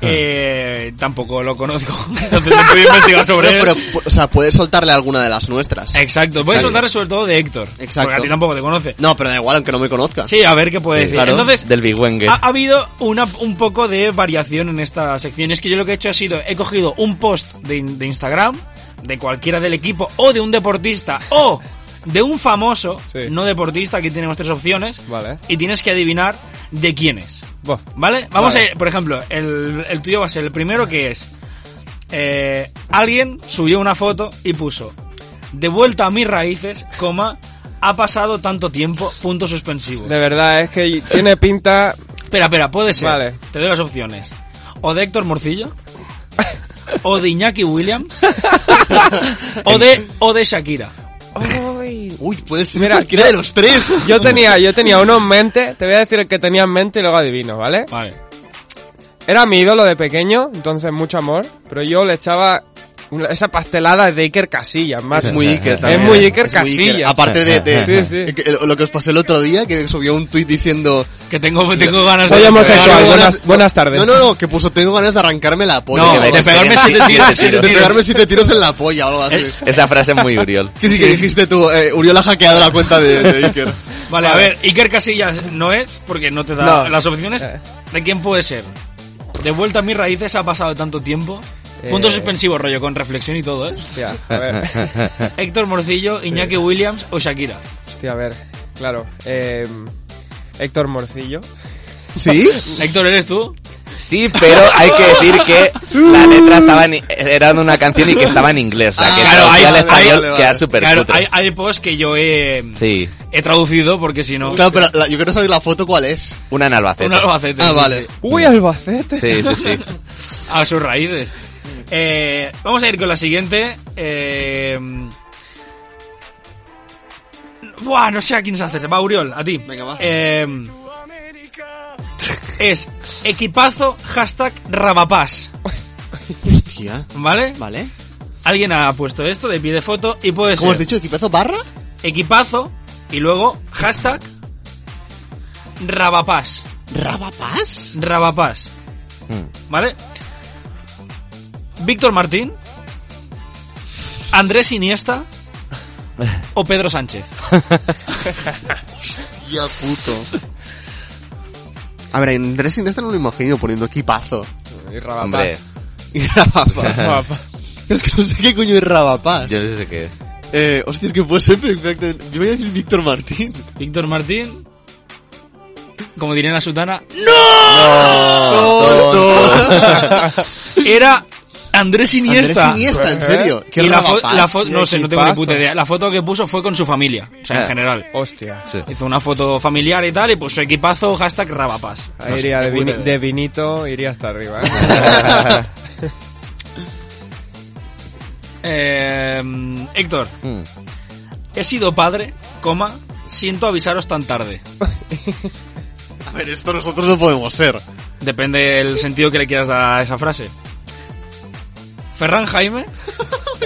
Ah. eh, tampoco lo conozco. Entonces, no pude investigar sobre Bueno, él. pero, pu- o sea, puedes soltarle alguna de las nuestras. Exacto. Voy a Exacto. soltar sobre todo de Héctor. Exacto. Porque a ti tampoco te conoce. No, pero da igual, aunque no me conozca. Sí, a ver qué puede decir. claro. Entonces, Del Big Wenger. ha, ha habido una, un poco de variación en esta sección. Es que yo lo que he hecho ha sido, he cogido un post de, in- de Instagram de cualquiera del equipo o de un deportista o de un famoso Sí. no deportista. Aquí tenemos tres opciones. Vale. Y tienes que adivinar de quién es. Buah. ¿Vale? Vamos Vale. a, por ejemplo, el, el tuyo va a ser el primero que es... eh, alguien subió una foto y puso, de vuelta a mis raíces, coma, ha pasado tanto tiempo, punto suspensivo. De verdad, es que tiene pinta... Espera, espera, puede ser. Vale. Te doy las opciones. O de Héctor Morcillo. o de Iñaki Williams. o de o de Shakira. Uy, puede ser Mira, cualquiera de los tres. Yo tenía, yo tenía uno en mente, te voy a decir el que tenía en mente y luego adivino, ¿vale? Vale. Era mi ídolo de pequeño, entonces mucho amor, pero yo le echaba una- esa pastelada de Iker Casillas, más Es muy Iker también. muy Iker Es muy Casillas. Aparte de, de- Sí, sí. que- lo que os pasé el otro día, que subió un tuit diciendo... Que tengo, tengo ganas Soy de. homosexual. pegar- "Tengo buenas- ganas- buenas tardes". No, no, no, que puso, tengo ganas de arrancarme la polla. No, Que vaya de pegarme excelente. siete tiros. De pegarme siete tiros en la polla o algo así. Esa frase es muy Uriol. Que sí que dijiste tú, eh, Uriol ha hackeado la cuenta de, de Iker. Vale, a ver, Iker Casillas no es, porque no te da No. las opciones. Eh. ¿De quién puede ser? De vuelta a mis raíces ha pasado tanto tiempo. Punto Eh. suspensivo, rollo, con reflexión y todo, ¿eh? Hostia, a ver, Héctor Morcillo, Iñaki Williams o Shakira. hostia, a ver, claro. Eh, Héctor Morcillo. ¿Sí? Héctor, ¿eres tú? Sí, pero hay que decir que la letra estaba en, era de una canción y que estaba en inglés. O sea, que Ah, claro, traducía ahí- al español ahí- vale, queda vale. súper claro, cutre. hay, hay posts que yo he, Sí, he traducido porque si no... Claro, pero la- yo quiero saber la foto cuál es. una en Albacete. Un Albacete. Ah, vale. Uy, Albacete. Sí, sí, sí. A sus raíces. Eh, vamos a ir con la siguiente. Eh, buah, no sé a quién se hace. Va, Uriol, a ti. Venga, va. Eh, es equipazo hashtag rabapás. Hostia. ¿Vale? Vale. Alguien ha puesto esto de pie de foto y puede ¿Cómo has ser dicho? ¿Equipazo barra? equipazo y luego hashtag rabapás. ¿Rabapaz? Rabapás. Mm. ¿Vale? Víctor Martín, Andrés Iniesta o Pedro Sánchez. Ya este puto. A ver, Andrés Iniesta no lo imagino poniendo equipazo. Y Hombre, Rabapás. Y Rabapás. Rabapás. es que no sé qué coño es Rabapás. yo no sé qué. Eh, hostia, es que puede ser perfecto. Yo voy a decir Víctor Martín. Víctor Martín. Como diría la sutana. Ah, ¡Tonto! Era Andrés Andrés Iniesta. Iniesta, en serio. ¿Qué ¿eh? Y la fo- Rabapás? la fo- no sé, no tengo ni Equipazo. Eh. puta idea. La foto que puso fue con su familia, o sea, en general. Hostia. Sí. Hizo una foto familiar y tal, y puso equipazo, hashtag Rabapaz. Ahí No sé, iría ni de, puta vini- idea. de vinito, iría hasta arriba. ¿eh? Eh, mm, Héctor, Mm. he sido padre, coma, siento avisaros tan tarde. A ver, esto nosotros no podemos ser. Depende del sentido que le quieras dar a esa frase. Ferran Jaime,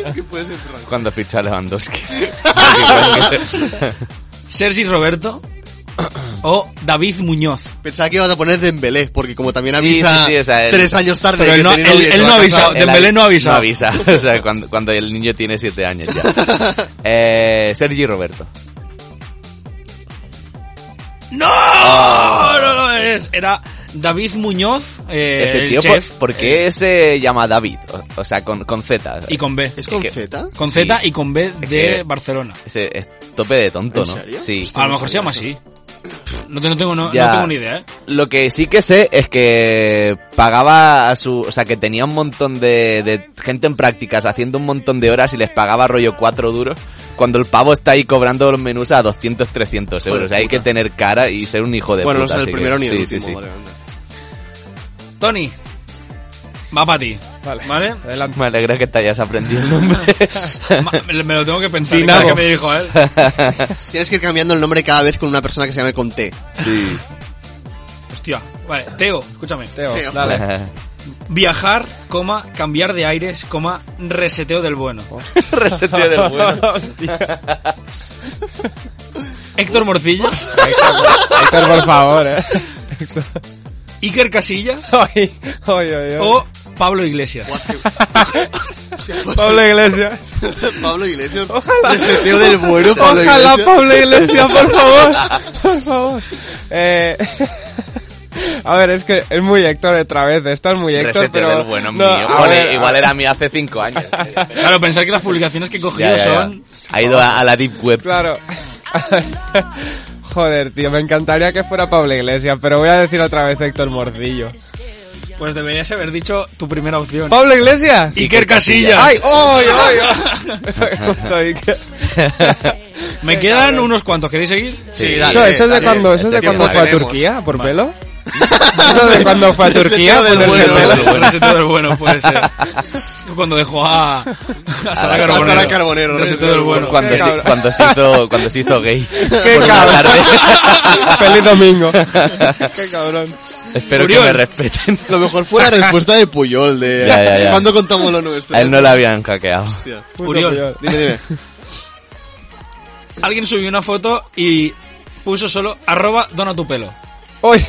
es que puede ser Ferran. Cuando ficha Lewandowski. Sergi Roberto o David Muñoz. Pensaba que ibas a poner Dembélé, porque como también Sí, avisa sí, sí, o sea, él- tres años tarde Pero de que él no- tenía él- él novia y se va no a avisa. casar, Él Dembélé no avisa. No avisa. O sea, cuando, cuando el niño tiene 7 años ya. Eh, Sergi Roberto. ¡No! Ah. No lo es. Era David Muñoz, eh, Ese el tío, ¿por, chef, por qué se llama David? O, o sea, con, con Z. y con B. ¿Es con que- Z? Con sí. Z y con B de que- Barcelona. Ese es tope de tonto, ¿En ¿no? serio? Sí. A lo mejor se llama así. No, te- no tengo, no, no Ya. tengo ni idea, ¿eh? Lo que sí que sé es que pagaba a su... O sea, que tenía un montón de, de gente en prácticas haciendo un montón de horas y les pagaba rollo 4 duros cuando el pavo está ahí cobrando los menús a 200, 300 euros. Joder, O sea, hay puta. que tener cara y ser un hijo de Bueno, no puta. sé, el así que- primero ni el sí, sí, último. sí. vale, anda. Tony, va para ti. Vale. ¿Vale? Adelante. Me alegra que te hayas aprendido el nombre. Ma- me, me lo tengo que pensar. Dinamo. ¿Qué me dijo ¿eh? él? Tienes que ir cambiando el nombre cada vez con una persona que se llame con T. Sí. Hostia. Vale, Teo, escúchame. Teo, Teo. dale. Viajar, coma, cambiar de aires, coma, reseteo del bueno. Reseteo del bueno. Héctor Morcilla, Héctor, por favor, eh. Iker Casillas Oy, oy, oy, oy. o Pablo Iglesias. Buah, es que- Hostia, puede Pablo Iglesias. ser Pablo Iglesias. Reseteo del bueno, Pablo Ojalá Iglesias. Pablo Iglesias, por favor. Por favor. Eh, a ver, es que es muy Héctor otra vez. Esto es muy Héctor, Reseteo pero... del bueno no, mío. a Joder, ver, igual a- era mío hace 5 años. Claro, pensar que las publicaciones que he cogido Ya, ya, ya. son... Ha ido a, a la Deep Web. Claro. Joder, tío, me encantaría que fuera Pablo Iglesias, pero voy a decir otra vez Héctor Mordillo. Pues deberías haber dicho tu primera opción. ¿Pablo Iglesias? Iker Casillas. ¡Ay! ¡Ay, ay, ay! Justo Iker. Me quedan unos cuantos. ¿Queréis seguir? Sí, dale. Eso, eso es de dale. cuando, eso es de Ese cuando tiempo fue a tenemos. Turquía, por pelo. Eso de cuando fue a Ese Turquía, tío del ponerse bueno. pelo. El reseteo del bueno puede ser. Cuando dejó a, a Sara A Carbonero. Sara Carbonero, El reseteo reseteo del del bueno. Cuando Qué se, cabrón. cuando, se hizo, cuando se hizo gay. ¡Qué Por Pues una cabrón! tarde. ¡Feliz domingo! ¡Qué cabrón! Espero que Uriol. me respeten. Lo mejor fue la respuesta de Puyol, de... Ya, ya, ya. ¿Cuándo contamos lo nuestro? A él no le habían hackeado. Hostia. Puto Uriol. Uriol. Dime, dime. Alguien subió una foto y puso solo arroba dona tu pelo. ¡Uy!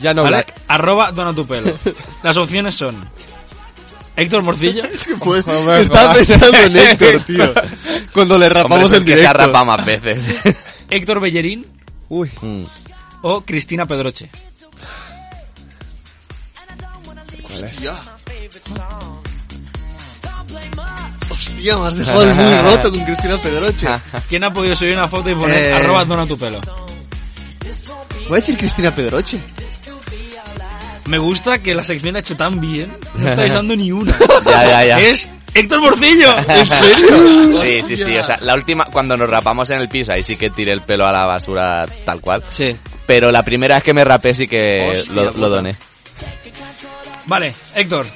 ya no ¿Vale? black. Arroba dona tu pelo. Las opciones son Héctor Morcilla, Es que puede- Joder, Estaba va. pensando en Héctor, tío. Cuando le Hombre, rapamos es el en que se ha directo. rapado más veces. Héctor Bellerín Uy. Mm. o Cristina Pedroche. Hostia. Hostia, me has dejado el muy roto con Cristina Pedroche. Ah. ¿Quién ha podido subir una foto y poner Eh. arroba dona tu pelo? Voy a decir Cristina Pedroche. Me gusta que la sección la ha hecho tan bien. No estáis dando ni una. Ya, ya, ya. Es Héctor Morcillo. ¿En serio? Sí, sí, sí. Hostia. O sea, la última, cuando nos rapamos en el piso, ahí sí que tiré el pelo a la basura tal cual. Sí. Pero la primera vez que me rapé sí que Hostia, lo, puta. lo doné. Vale, Héctor.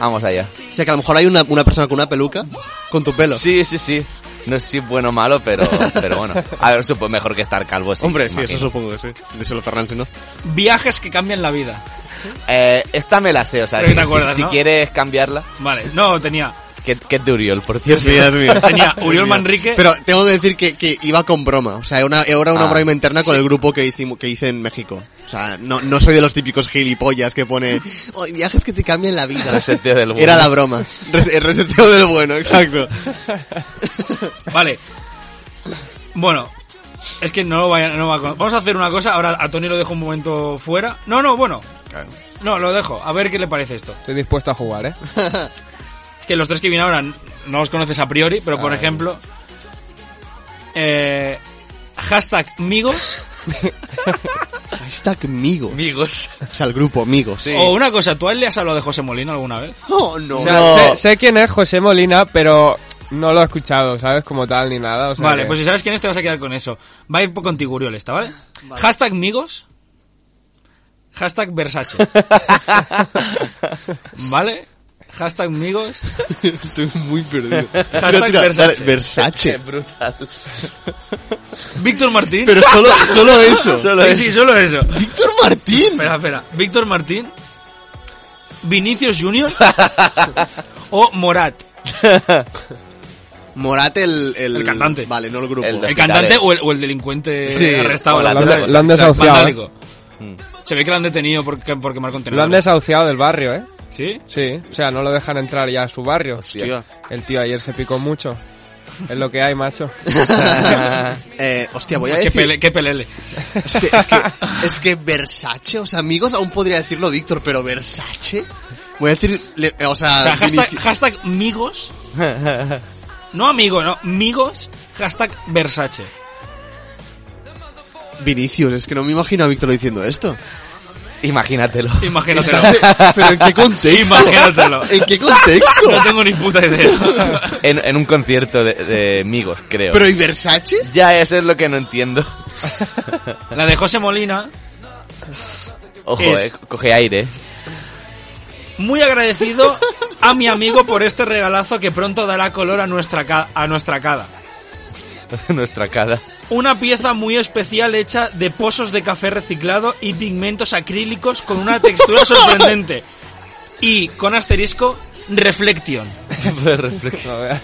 Vamos allá. O sea, que a lo mejor hay una, una persona con una peluca con tu pelo. Sí, sí, sí. No sé si es bueno o malo, pero, pero bueno. A ver, supongo mejor que estar calvo, sí. Hombre, sí, imagino. eso supongo que sí. Díselo a Fernández, ¿no? Viajes que cambian la vida. Eh, esta me la sé, o sea, Creo que te si- acuerdas, si, ¿no? quieres cambiarla, Vale, no, tenía. que, que es de Uriol, por Dios mío, cierto. Dios mío. Tenía Dios Uriol mío. Manrique. Pero tengo que decir que, que iba con broma. O sea, era una, era una Ah. broma interna con el grupo que, hicimos, que hice en México. O sea, no, no soy de los típicos gilipollas que pone "Oh, viajes que te cambian la vida. Reseteo del bueno. Era la broma. Res- el reseteo del bueno, exacto. Vale. Bueno, es que no lo vaya, no va a con- Vamos a hacer una cosa. Ahora a Tony lo dejo un momento fuera. No, no, bueno. No, lo dejo. A ver qué le parece esto. Estoy dispuesto a jugar, ¿eh? Que los tres que vienen ahora no los conoces a priori, pero por Ay. ejemplo. Eh, hashtag Migos. Ahí está amigos. Amigos. O sea, el grupo amigos. O una cosa, ¿tú a él le has hablado de José Molina alguna vez? Oh, no. O sea, No. sé, sé quién es José Molina, pero no lo he escuchado, ¿sabes? Como tal, ni nada. o sea vale, que- pues si sabes quién es, te vas a quedar con eso. Va a ir con Tiguriol esta, ¿vale? Hashtag Migos. Hashtag Versace. ¿Vale? Hashtag Migos. Estoy muy perdido. Hashtag Tira, Versace. dale, Versace. Brutal. Víctor Martín. Pero solo, solo eso. sí, sí, solo eso. Víctor Martín. Espera, espera. Víctor Martín. Vinicius Junior. o Morat. Morat el, el... El cantante. Vale, no el grupo. El El de- cantante o el, o el delincuente Sí, arrestado. o la ¿sabes? otra cosa. Lo han desahuciado, ¿eh? vandálico. Mm. Se ve que lo han detenido por, por quemar Lo contenedores. han desahuciado del barrio, ¿eh? ¿Sí? Sí, o sea, no lo dejan entrar ya a su barrio. Hostia. El tío ayer se picó mucho. Es lo que hay, macho. Eh, hostia, voy a Qué, decir... pele, qué pelele. Es que, es, que, es que Versace, o sea, amigos, aún podría decirlo Víctor, pero Versace. Voy a decir, le- eh, o sea, O sea, hashtag, Vinici- hashtag migos. No amigo, no. Migos. Hashtag Versace. Vinicius, es que no me imagino a Víctor diciendo esto. Imagínatelo. Imagínatelo. Pero ¿en qué contexto? Imagínatelo. ¿En qué contexto? No tengo ni puta idea. En, en un concierto de, de amigos, creo. ¿Pero y Versace? Ya, eso es lo que no entiendo. La de José Molina. Ojo, Es- eh, coge aire. eh. Muy agradecido a mi amigo por este regalazo que pronto dará color a nuestra, ca- a nuestra cada. Nuestra cara. Una pieza muy especial hecha de pozos de café reciclado y pigmentos acrílicos con una textura sorprendente. Y con asterisco, Reflection. No veas.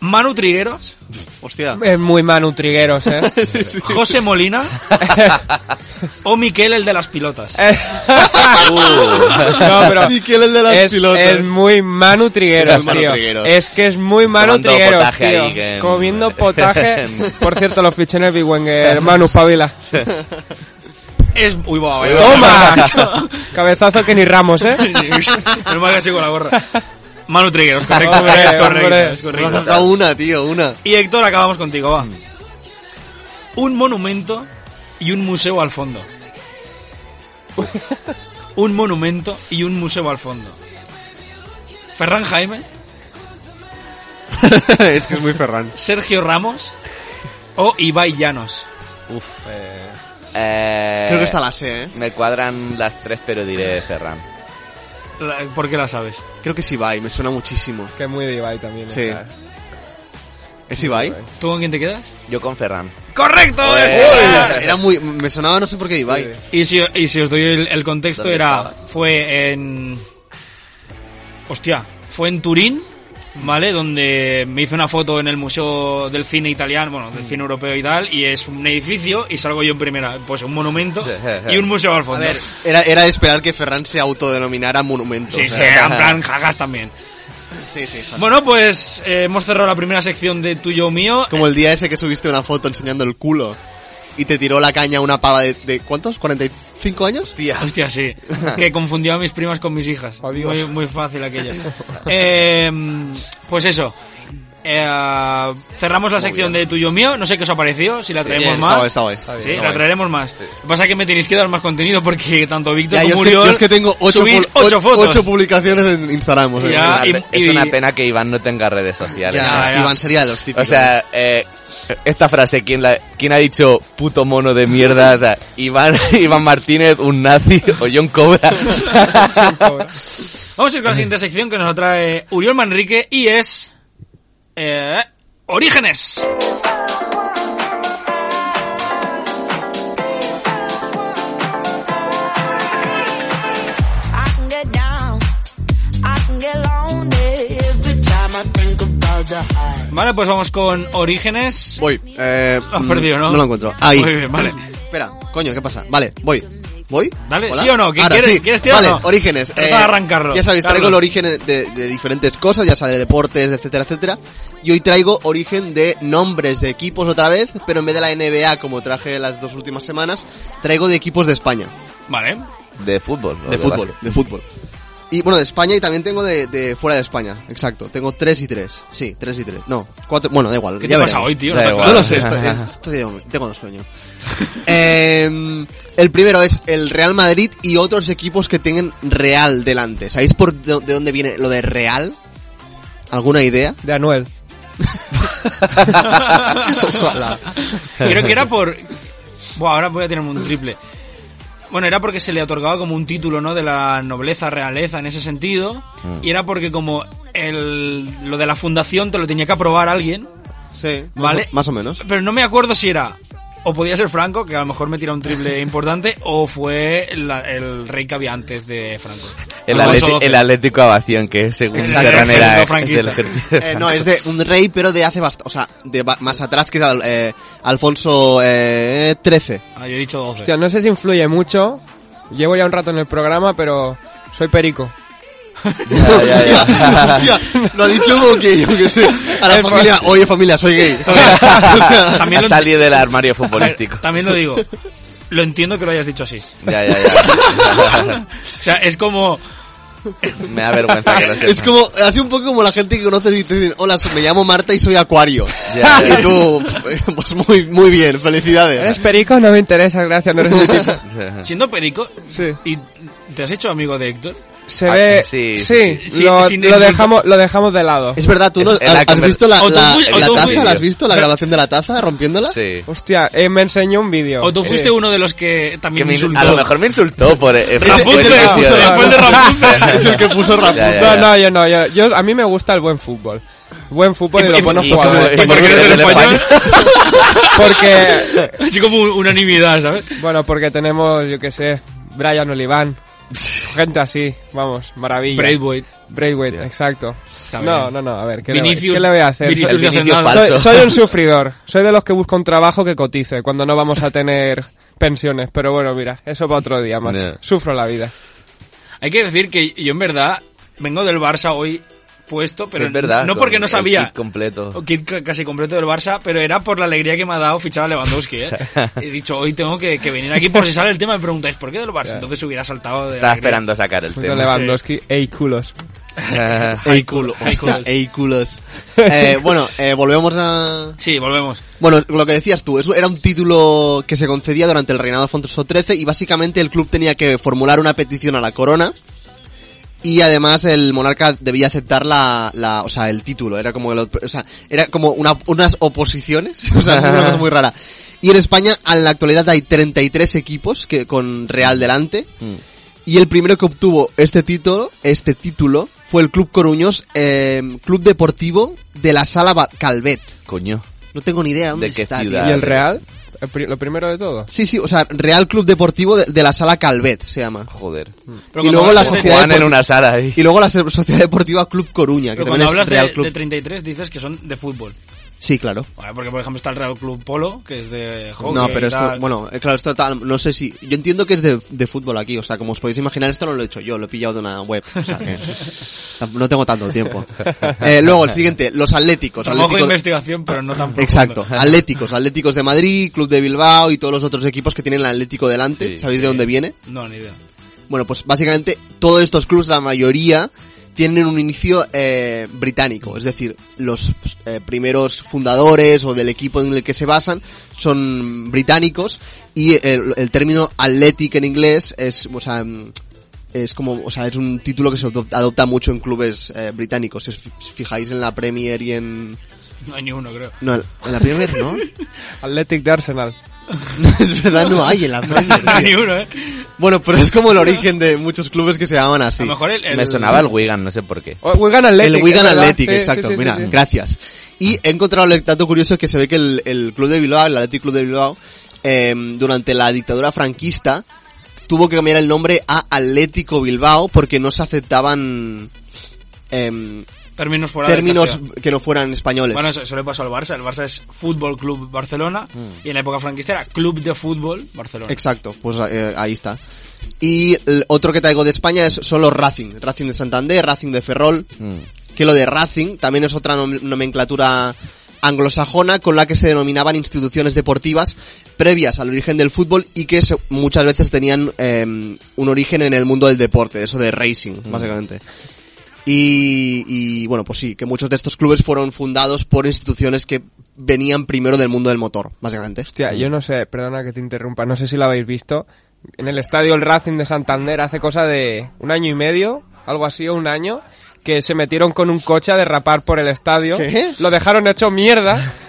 Manu Trigueros, Hostia. Es muy Manu Trigueros, ¿eh? José Molina o Miquel el de las pilotas. Eh. no, pero... Miquel el de las Es, pilotas. es muy Manu Es Trigueros, el Manu tío. Trigueros. Es que es muy Manu Pues Tomando Trigueros, potaje tío. ahí, que- Comiendo potaje. Por cierto, los fichones Big Wenger, Manu Pavila. Es... eh. Uy, va, va, va, ¡Toma! Cabezazo que ni Ramos, ¿eh? No me hagas así con la gorra. Manu Trigueros, correcto, Hombre, es correcto, hombre. es Nos correcto. has dado una, tío, una. Y Héctor, acabamos contigo, va. Un monumento y un museo al fondo. un monumento y un museo al fondo. Ferran Jaime, es que es muy Ferran. Sergio Ramos o Ibai Llanos. Uf. Eh, Creo que está la C, ¿eh? Me cuadran las tres, pero diré Ferran. La- ¿Por qué la sabes? Creo que es Ibai, me suena muchísimo. Que muy de Ibai también. Sí. está. ¿Es Ibai? ¿Tú con quién te quedas? Yo con Ferran. ¡Correcto! Eh. Era muy... Me sonaba no sé por qué Ibai. Y si, y si os doy el, el contexto, ¿Dónde era. estabas? Fue en. Hostia, fue en Turín, ¿vale? Donde me hice una foto en el Museo del Cine Italiano, bueno, Mm. del cine europeo y tal, y es un edificio, y salgo yo en primera, pues un monumento y un museo al A fondo. ver, era, era de esperar que Ferran se autodenominara monumento. Sí, o sí, sea, en plan jajas también. sí, sí, Ferran. Bueno, pues eh, hemos cerrado la primera sección de tuyo mío. Como el día ese que subiste una foto enseñando el culo y te tiró la caña una pava de, de- ¿cuántos? ¿45 años? Hostia, sí. Que confundía a mis primas con mis hijas. Oh, Dios. muy, muy fácil aquella. Eh, pues eso. Eh, cerramos la sección de tuyo mío. No sé qué os ha parecido. Si la traemos Bien, más. está guay, está guay. Sí, la traeremos más. Lo que pasa es que me tenéis que dar más contenido porque tanto Víctor Ya, yo, como es que, Uriol yo es que tengo 8, subís ocho fotos. publicaciones en Instagram. o Ya, sea, es Es una y- pe- es y- una pena que Iván no tenga redes sociales. ya, ya, ya. Iván sería de los típicos. O sea, eh, esta frase, ¿quién, la, ¿quién ha dicho puto mono de mierda? O sea, Iván, Iván Martínez, un nazi o John Cobra. Vamos a ir con la siguiente sección que nos la trae Uriol Manrique y es. eh, Orígenes. I can get down, I can get lonely every time I think about the high. Vale, pues vamos con Orígenes. voy. Eh, Lo has mm, perdido, ¿no? No lo encuentro. Ahí. Muy bien, vale. Espera, coño, ¿qué pasa? Vale, voy. ¿Voy? Dale, ¿Hola? ¿sí o no? ¿Qué Ahora quieres- sí. quieres tirar o Vale, no? orígenes. eh, Trata de arrancarlo, Ya sabéis, traigo el Carlos. origen de, de diferentes cosas, ya sea de deportes, etcétera, etcétera. Y hoy traigo origen de nombres de equipos otra vez, pero en vez de la NBA, como traje las dos últimas semanas, traigo de equipos de España. Vale. Oh, de fútbol. ¿no? De fútbol, básquet. de fútbol. Y bueno, de España y también tengo de, de fuera de España, exacto. Tengo tres y tres. Sí, tres y tres. No, cuatro. Bueno, da igual. ¿Qué ya te pasa veremos. hoy, tío? Da te igual. No lo sé, estoy, estoy- tengo dos sueños. Eh, el primero es el Real Madrid y otros equipos que tengan Real delante. ¿Sabéis por do- de dónde viene lo de Real? ¿Alguna idea? De Anuel. Ojalá. Creo que era por. Buah, ahora voy a tener un triple. Bueno, era porque se le otorgaba como un título, ¿no? De la nobleza, realeza, en ese sentido. Y era porque como el, lo de la fundación te lo tenía que aprobar alguien. Sí, más, Vale. o, más o menos. Pero no me acuerdo si era... O podía ser Franco, que a lo mejor me tira un triple importante, o fue la- el rey que había antes de Franco. El, Alfonso Atleti- XII. el Atlético Abación, que es según Exacto. Ferran era Ejército eh, del franquista. ejército de Eh, no, Francia. es de un rey, pero de hace bastante. O sea, de ba- más atrás que es al- eh, Alfonso eh, 13. Ah, yo he dicho 12. Hostia, no sé si influye mucho. Llevo ya un rato en el programa, pero soy perico. Ya, ya, ya. Hostia, hostia, lo ha dicho como que, yo qué sé, a la Es familia, oye familia, soy gay. ¿sabes? O sea, También Ha lo- salido del armario A ver, futbolístico. También lo digo. Lo entiendo que lo hayas dicho así. Ya, ya, ya. O sea, es como... Me da vergüenza que lo sepa. es como, así un poco como la gente que conoces y te dicen, hola, me llamo Marta y soy acuario. Ya, ya. Y tú, pues muy, muy bien, ¿Eres ¿Eh? felicidades. perico? No me interesa, gracias, no eres mi tipo. Siendo perico, Sí. ¿y te has hecho amigo de Héctor? Se Ah, ve... sí, Sí, sí, sí. lo, Sin- sin lo el- dejamos, lo dejamos de lado. Es verdad, tú no, En- en la has conver- visto la, O tú la- fui- o la tú taza, fui- ¿la has visto? La grabación de la taza rompiéndola. Sí. Hostia, eh, me enseñó un vídeo. ¿O tú fuiste Eh, uno de los que Que también me me- insultó? a lo mejor me insultó por... eh, Ese- por- ese es el que por- puso por- después de Rapunzel. Es el que puso Ya, Rapunzel. ya, ya. No, no, yo no. Yo, yo- a mí me gusta el buen fútbol. Buen fútbol y, los buenos y- jugadores. y- y- porque eres del español. Porque, Así como un- unanimidad, ¿sabes? bueno, porque tenemos, yo qué sé, Brian Oliván. Gente así, vamos, maravilla. Braithwaite. Braithwaite, exacto. Está No, bien. no, no, a ver, ¿qué, le voy- Vinicius- qué le voy a hacer? Vinicius El no hace Vinicius nada. falso. Soy, soy un sufridor, soy de los que busca un trabajo que cotice cuando no vamos a tener pensiones, pero bueno, mira, eso para otro día, macho. Ya. Sufro la vida. Hay que decir que yo en verdad vengo del Barça hoy puesto, pero Sí, es verdad, no con porque no el sabía. kit completo. o kit ca- casi completo del Barça, pero era por la alegría que me ha dado fichar a Lewandowski. ¿eh? He dicho, hoy tengo que, que venir aquí por si sale el tema. Me preguntáis, ¿por qué del Barça? Entonces hubiera saltado de. Estaba alegría. esperando sacar el Junto a tema. Lewandowski, ey culos. Ey, culo, hostia, ey, culos. Eh, bueno, eh, volvemos a... Sí, volvemos. Bueno, lo que decías tú, eso era un título que se concedía durante el reinado de Alfonso XIII y básicamente el club tenía que formular una petición a la corona y además el monarca debía aceptar la, la o sea, el título, era como, el ot- o sea, era como una- unas oposiciones, o sea, una cosa muy rara. Y en España, en la actualidad hay 33 equipos que con Real delante y el primero que obtuvo este título, este título, fue el Club Coruños, eh, Club Deportivo de la Sala Ba- Calvet. Coño. No tengo ni idea dónde ¿De qué está, ciudad? tío. ¿Y el Real? El pri- Lo primero de todo. Sí, sí, o sea, Real Club Deportivo de, de la Sala Calvet se llama. Joder. Pero Y cuando luego la hablas de- sociedad Juegan en deportiva- una sala ahí. Y luego la so- Sociedad Deportiva Club Coruña, que pero cuando también hablas es Real de, Club. de 33 dices que son de fútbol. Sí, claro. Vale, Porque, por ejemplo, está el Real Club Polo, que es de hockey no, y pero esto, tal. bueno, eh, claro, esto tal, no sé si, yo entiendo que es de, de fútbol aquí, o sea, como os podéis imaginar, esto no lo he hecho yo, lo he pillado de una web, o sea que, tam- no tengo tanto tiempo. Eh, luego, el siguiente, los Atléticos, Trabajo de Atléticos, investigación, pero no tan profundo. exacto, Atléticos, Atléticos de Madrid, Club de Bilbao y todos los otros equipos que tienen el Atlético delante, Sí, ¿sabéis de dónde viene? No, ni idea. Bueno, pues básicamente todos estos clubes, la mayoría, tienen un inicio eh, británico. Es decir, los eh, primeros fundadores o del equipo en el que se basan son británicos y el, el término athletic en inglés es, o sea, mm, es como, o sea, es un título que se adop- adopta mucho en clubes eh, británicos. Si os fi- fijáis en la Premier y en... No hay ni uno, creo. No, en la Premier no. Athletic de Arsenal. es verdad, no hay en la Premier. No hay ni tío. uno, ¿eh? Bueno, pero es como el origen de muchos clubes que se llaman así. A lo mejor el, el- Me sonaba el Wigan, no sé por qué. O- Wigan Oh, Athletic. El Wigan es verdad. Athletic, Sí, sí, exacto. sí, sí, Mira, sí. gracias. Y he encontrado el dato curioso que se ve que el, el club de Bilbao, el Athletic Club de Bilbao, em, durante la dictadura franquista tuvo que cambiar el nombre a Atlético Bilbao porque no se aceptaban em, términos fuera de términos educación. que no fueran españoles. Bueno, eso, eso le pasó al Barça. El Barça es Fútbol Club Barcelona Mm. y en la época franquista era Club de Fútbol Barcelona. Exacto, pues eh, ahí está. Y el otro que traigo de España es, son los Racing. Racing de Santander, Racing de Ferrol. Mm. que lo de Racing también es otra nom- nomenclatura anglosajona con la que se denominaban instituciones deportivas previas al origen del fútbol y que se- muchas veces tenían eh, un origen en el mundo del deporte, eso de racing, básicamente. Y, y, bueno, pues sí, que muchos de estos clubes fueron fundados por instituciones que venían primero del mundo del motor, básicamente. Hostia, yo no sé, perdona que te interrumpa, no sé si lo habéis visto. En el estadio el Racing de Santander hace cosa de un año y medio, algo así, o un año, que se metieron con un coche a derrapar por el estadio. ¿Qué? Lo dejaron hecho mierda.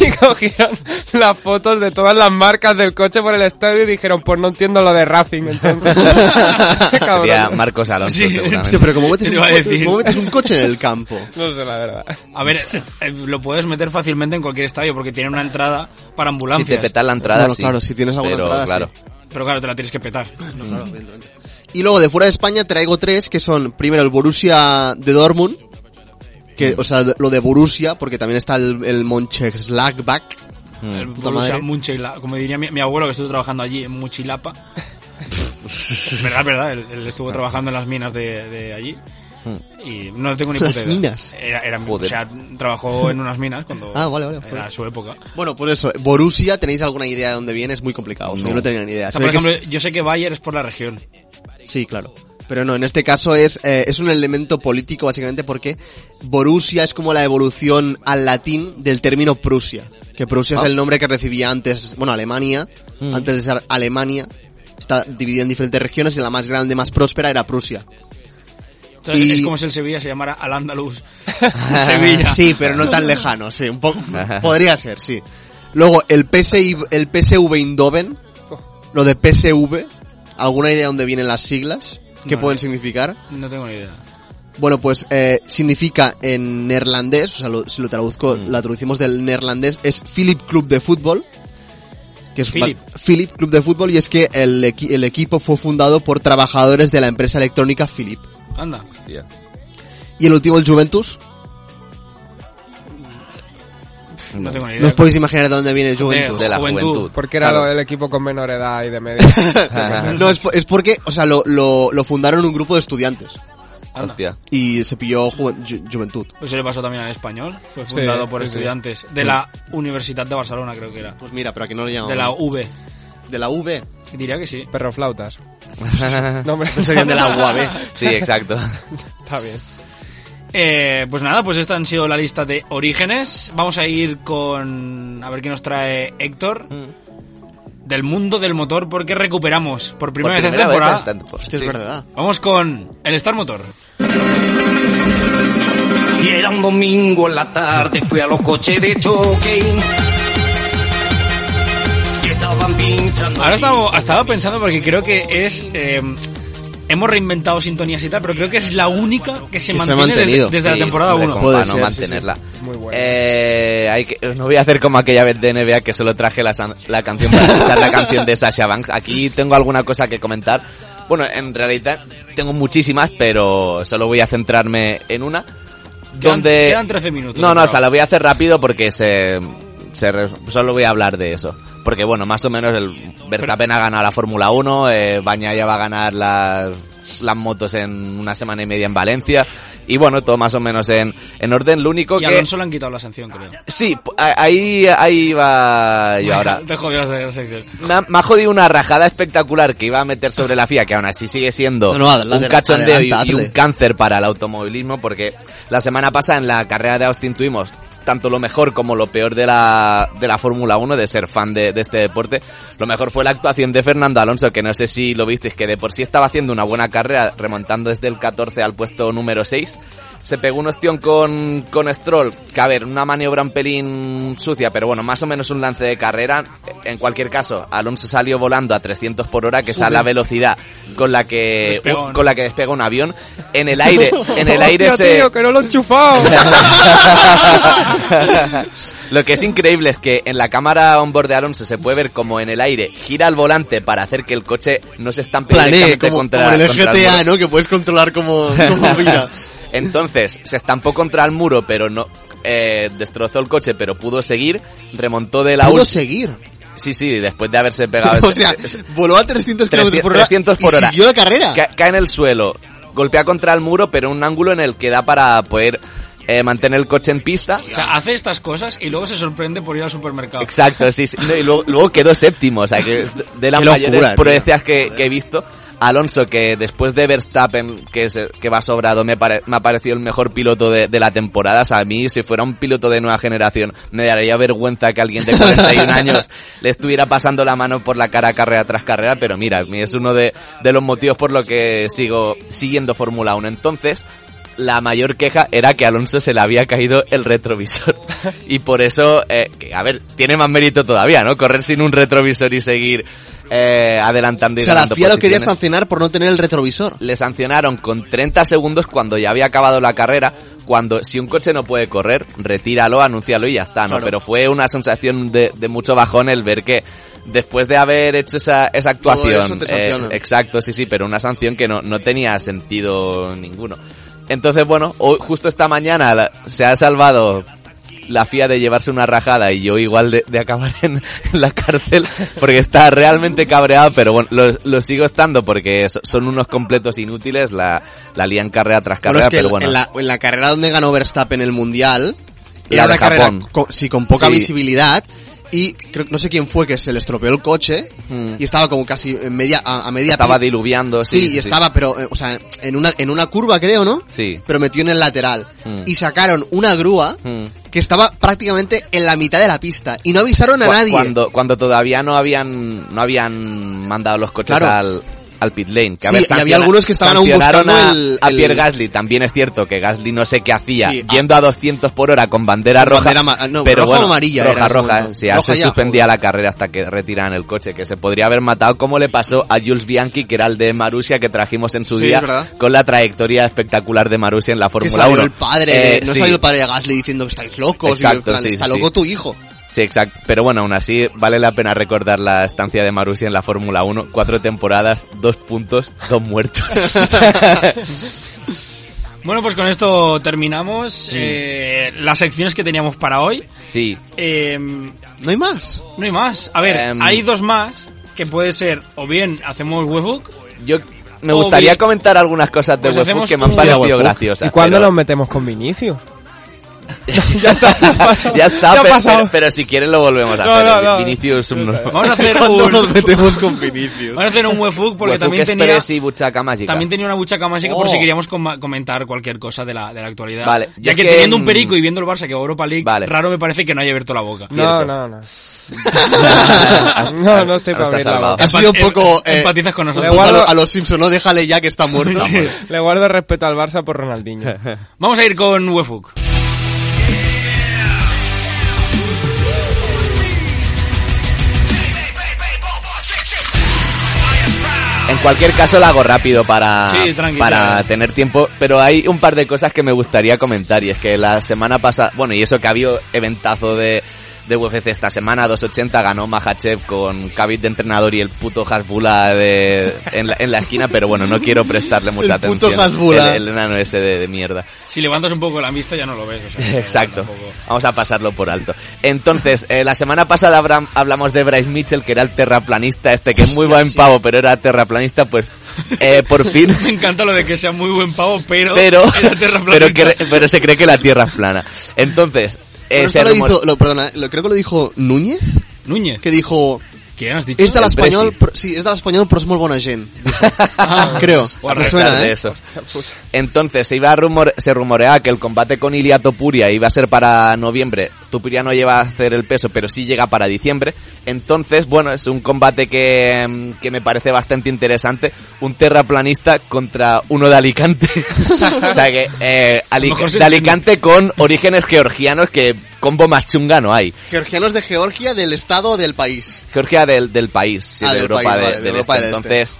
Y cogieron las fotos de todas las marcas del coche por el estadio y dijeron, pues no entiendo lo de Racing, entonces. Cabrón. Sería Marcos Alonso, Sí. seguramente. Hostia, pero como metes, Te un, iba a co- decir. cómo metes un coche en el campo. No sé la verdad. A ver, eh, lo puedes meter fácilmente en cualquier estadio porque tiene una entrada para Si te ambulancias. petas la entrada, Bueno, sí. claro, si tienes alguna Pero, entrada, claro. pero claro, te la tienes que petar. Y luego de fuera de España traigo tres que son primero el Borussia de Dortmund, que, Mm. o sea, lo de Borussia, porque también está el, el Mönchengladbach, El Puta Borussia madre. Munchila- como diría mi, mi abuelo que estuvo trabajando allí en Muchilapa. Es verdad, es verdad, él, él estuvo trabajando en las minas de, de allí. Y no tengo ni Hmm. ¿Las puta idea. minas? Era, era- o Joder. sea, trabajó en unas minas cuando Ah, vale, vale, era joder. su época. Bueno, por eso, Borussia, ¿tenéis alguna idea de dónde viene? Es muy complicado, o sea, yo no tenía ni idea. O Se sea, ve por que ejemplo, yo sé que Bayer es por la región. es- Sí, claro. Pero no, en este caso es, eh, es un elemento político básicamente porque Borussia es como la evolución al latín del término Prusia, que Prusia Ah. es el nombre que recibía antes, bueno, Alemania, Mm. antes de ser Alemania, está dividida en diferentes regiones y la más grande, más próspera era Prusia. Entonces, Y- Es como si el Sevilla se llamara Al Andalus. Sevilla. Sí, pero no tan lejano, sí, un poco podría ser, sí. Luego el PSI el PSV Eindhoven, lo de PSV, ¿alguna idea de dónde vienen las siglas? ¿Qué No, pueden no. significar? No tengo ni idea. Bueno, pues eh, significa en neerlandés, o sea, lo- si lo traduzco, Mm. la traducimos del neerlandés, es Philip Club de Fútbol. Que es Philip. ba- Philip Club de Fútbol y es que el, equi- el equipo fue fundado por trabajadores de la empresa electrónica Philip. Anda. Y el último, el Juventus. No tengo ni idea. No os podéis imaginar de dónde viene el Juventus. De la Juventud. juventud. Porque era Claro. lo- el equipo con menor edad y de media. No, es, po- es porque, o sea, lo, lo, lo fundaron un grupo de estudiantes Anda. Hostia. y se pilló juven- ju- juventud. Eso le pasó también al español. Fue fundado por sí, sí. estudiantes de la Universidad de Barcelona, creo que era. Pues mira, pero aquí no le llaman. De la V. de la V. Diría que sí. Perro flautas. No, hombre, Estos serían de la UAB. Sí, exacto. está bien. Eh, pues nada, pues esta han sido la lista de orígenes. Vamos a ir con. A ver qué nos trae Héctor. Del mundo del motor, porque recuperamos por primera, Mm. Por vez esta temporada. esta temporada. Hostia, pues Sí. es verdad. Vamos con el Star Motor. Y era un domingo en la tarde, fui a los coches de choque. Y estaban pinchando. Ahora estaba, estaba pensando porque creo que es. eh, hemos reinventado sintonías y tal, pero creo que es la única que se Que se ha mantiene desde, mantenido. desde la Sí, temporada hombre, 1. como Puede para no ser, sí, sí. mantenerla. Muy bueno. Eh, hay que, no voy a hacer como aquella vez de NBA que solo traje la, san- la canción para escuchar la canción de Sasha Banks. Aquí tengo alguna cosa que comentar. Bueno, en realidad tengo muchísimas, pero solo voy a centrarme en una. Quedan- donde... quedan 13 minutos, No, no, bravo. o sea, lo voy a hacer rápido porque se... se re- solo voy a hablar de eso. Porque bueno, más o menos el Verstappen ha ganado la Fórmula 1, eh, Baña ya va a ganar las, las motos en una semana y media en Valencia. Y bueno, todo más o menos en, en orden. Lo único Y que... a Alonso le han quitado la sanción, creo. Sí, p- a- ahí, ahí va Ah, yo ahora. Te jodió la sección. Me ha, me ha jodido una rajada espectacular que iba a meter sobre la FIA, que aún así sigue siendo No, no, adelante, un cachondeo y, adelante, y un hazle. cáncer para el automovilismo, porque la semana pasada en la carrera de Austin tuvimos tanto lo mejor como lo peor de la, de la Fórmula 1, de ser fan de, de este deporte. Lo mejor fue la actuación de Fernando Alonso, que no sé si lo visteis, que de por sí estaba haciendo una buena carrera, remontando desde el 14 al puesto número 6. Se pegó un ostión con, con Stroll, que a ver, una maniobra un pelín sucia, pero bueno, más o menos un lance de carrera. En cualquier caso, Alonso salió volando a 300 por hora, que es a la velocidad con la que, uh, Despegó, ¿no? con la que despega un avión. En el aire, en el aire Hostia, se... tío, que no lo he enchufado. Lo que es increíble es que en la cámara on board de Alonso se puede ver como en el aire gira el volante para hacer que el coche no se estampe Planeé, directamente como, contra, como en el contra el GTA, muro. ¿no? Que puedes controlar como, como mira. Entonces, se estampó contra el muro, pero no... eh, destrozó el coche, pero pudo seguir, remontó de la Pudo ul- seguir. Sí, sí, después de haberse pegado... o ese- sea, ese- voló a 300 kilómetros por hora. 300 por y hora. siguió la carrera. Ca- cae en el suelo, golpea contra el muro, pero en un ángulo en el que da para poder eh, mantener el coche en pista. O sea, hace estas cosas y luego se sorprende por ir al supermercado. Exacto, sí, sí. No, y luego, luego quedó séptimo, o sea, que de las Qué locura, mayores tío. proezas que, que he visto. Alonso, que después de Verstappen, que, es- que va sobrado, me, pare- me ha parecido el mejor piloto de, de la temporada. O sea, a mí, si fuera un piloto de nueva generación, me daría vergüenza que alguien de 41 años le estuviera pasando la mano por la cara carrera tras carrera, pero mira, a mí es uno de, de los motivos por los que sigo siguiendo Fórmula 1. Entonces, la mayor queja era que a Alonso se le había caído el retrovisor. Y por eso, eh, que, a ver, tiene más mérito todavía, ¿no? Correr sin un retrovisor y seguir eh, adelantando y O sea, la ganando FIA lo quería posiciones. sancionar por no tener el retrovisor. Le sancionaron con 30 segundos cuando ya había acabado la carrera. Cuando, si un coche no puede correr, retíralo, anúncialo y ya está, ¿no? Claro. Pero fue una sensación de, de mucho bajón el ver que después de haber hecho esa, esa Todo eso te actuación. eh, sancionan. exacto, sí, sí, pero una sanción que no, no tenía sentido ninguno. Entonces, bueno, hoy, justo esta mañana la- se ha salvado la FIA de llevarse una rajada y yo igual de, de acabar en, en la cárcel porque está realmente cabreado, pero bueno, lo, lo sigo estando porque so- son unos completos inútiles, la, la lían carrera tras Bueno, carrera, es que pero en- bueno. en, la, en la carrera donde ganó Verstappen el mundial, La era una de carrera Japón. con, sí, con poca Sí. visibilidad. Y creo, no sé quién fue que se le estropeó el coche Mm. y estaba como casi en media, a, a media estaba pi- diluviando, sí. Sí, y estaba, pero, eh, o sea, en una, en una curva creo, ¿no? Sí. Pero metió en el lateral. Mm. Y sacaron una grúa Mm. que estaba prácticamente en la mitad de la pista. Y no avisaron a Cu- nadie. Cuando, cuando todavía no habían, no habían mandado los coches Claro. al, al pit lane. Que a Sí, ver, y había sanciona- algunos que estaban aún sancionaron buscando a, el- a el- Pierre Gasly. También es cierto que Gasly no sé qué hacía. Sí, a- yendo a 200 por hora con bandera Con roja. bandera ama- no, pero roja o bueno, amarilla era en Roja, ese roja. momento. Sí, ya Roja se ya, suspendía joder. la carrera hasta que retiraran el coche. Que se podría haber matado como le pasó a Jules Bianchi, que era el de Marussia que trajimos en su Sí, día. es verdad. Con la trayectoria espectacular de Marussia en la que Fórmula salió 1. el padre, Eh, de- no sí. salió el padre de Gasly diciendo que estáis locos. y Exacto, en plan, sí, sí, está sí. loco tu hijo. Sí, exacto. Pero bueno, aún así vale la pena recordar la estancia de Marussia en la Fórmula 1. Cuatro temporadas, dos puntos, dos muertos. Bueno, pues con esto terminamos eh, las secciones que teníamos para hoy. sí. Eh, no No hay más. hay más. A ver, Em. hay dos más que puede ser o bien hacemos webbook Yo me O gustaría bien- comentar algunas cosas de Pues Webbook hacemos que me han un- parecido Webbook. graciosas. ¿Y cuándo pero- nos metemos con Vinicius? ya está, Ya ha pe- pasado. pero, pero si quieres lo volvemos a No, hacer. no, no. Vinicius un- Vamos a hacer Cuando un, nos vamos metemos con Vinicius. a hacer un webbook porque Webbook también es tenía, Pérez y Buchaca Mágica. también tenía una buchaca mágica por Oh. si queríamos coma- comentar cualquier cosa de la, de la actualidad. Vale, Ya yo que, que, teniendo un mm, perico y viendo el Barça que va a Europa League, Vale. raro me parece que no haya abierto la boca. No, Cierto. no, no. No, no estoy Nos para ha abrir la salvado. boca. Ha sido un Empa- poco. em- eh, empatizas con un nosotros. poco a, lo- Igual- a los Simpsons, no déjale ya que está muerto. Le guardo respeto al Barça por Ronaldinho. Vamos a ir con Wefuk. En cualquier caso la hago rápido para, Sí, tranqui, para tranqui. tener tiempo, pero hay un par de cosas que me gustaría comentar y es que la semana pasada, bueno, y eso que ha habido eventazo de, de UFC esta semana, 280 ganó Mahachev con Khabib de entrenador y el puto Hasbula de, en, la, en la esquina, pero bueno, no quiero prestarle mucha El puto atención. Hasbula. El, el enano ese de- de mierda. Si levantas un poco la vista ya no lo ves. o sea, que Exacto. tampoco- Vamos a pasarlo por alto. Entonces, eh, la semana pasada habram- hablamos de Bryce Mitchell, que era el terraplanista este, que es muy buen pavo, pero era terraplanista, pues eh, por fin... Me encanta lo de que sea muy buen pavo, pero... Pero, era terraplanista. pero, que re- pero se cree que la Tierra es plana. Entonces, eh, Pero se esto lo rumor- hizo, lo, perdona, lo, creo que lo dijo Núñez, Núñez, que dijo, ¿quién has dicho? es de la El Bresi. español, pro- sí, es de la español, pero es muy buena gente. dijo. Ah. creo, a me pesar suena, de ¿eh? eso. Entonces, se iba a rumor, se rumoreaba que el combate con Ilia Topuria iba a ser para noviembre. Topuria no lleva a hacer el peso, pero sí llega para diciembre. Entonces, bueno, es un combate que, mm, que me parece bastante interesante. Un terraplanista contra uno de Alicante. o sea que, eh, Ali- A lo mejor se de Alicante con orígenes georgianos que combo más chunga no hay. Georgianos de Georgia, del estado o del país. Georgia del, del país, sí, Ah, de del Europa, país, de- vale, de del Europa este. del este. Entonces,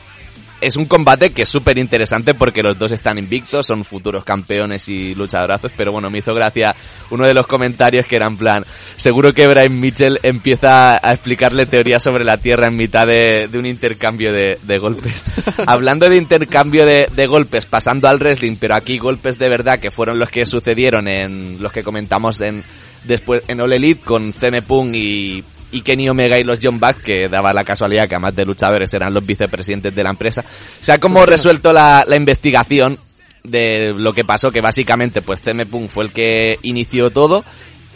es un combate que es súper interesante porque los dos están invictos, son futuros campeones y luchadorazos, pero bueno, me hizo gracia uno de los comentarios que era en plan, seguro que Brian Mitchell empieza a explicarle teorías sobre la Tierra en mitad de, de un intercambio de, de golpes. Hablando de intercambio de, de golpes, pasando al wrestling, pero aquí golpes de verdad que fueron los que sucedieron en los que comentamos en después en All Elite con CM Punk y y Kenny Omega y los John Bucks, que daba la casualidad que además de luchadores eran los vicepresidentes de la empresa. Se ha como resuelto la, la investigación de lo que pasó, que básicamente pues CM Punk fue el que inició todo.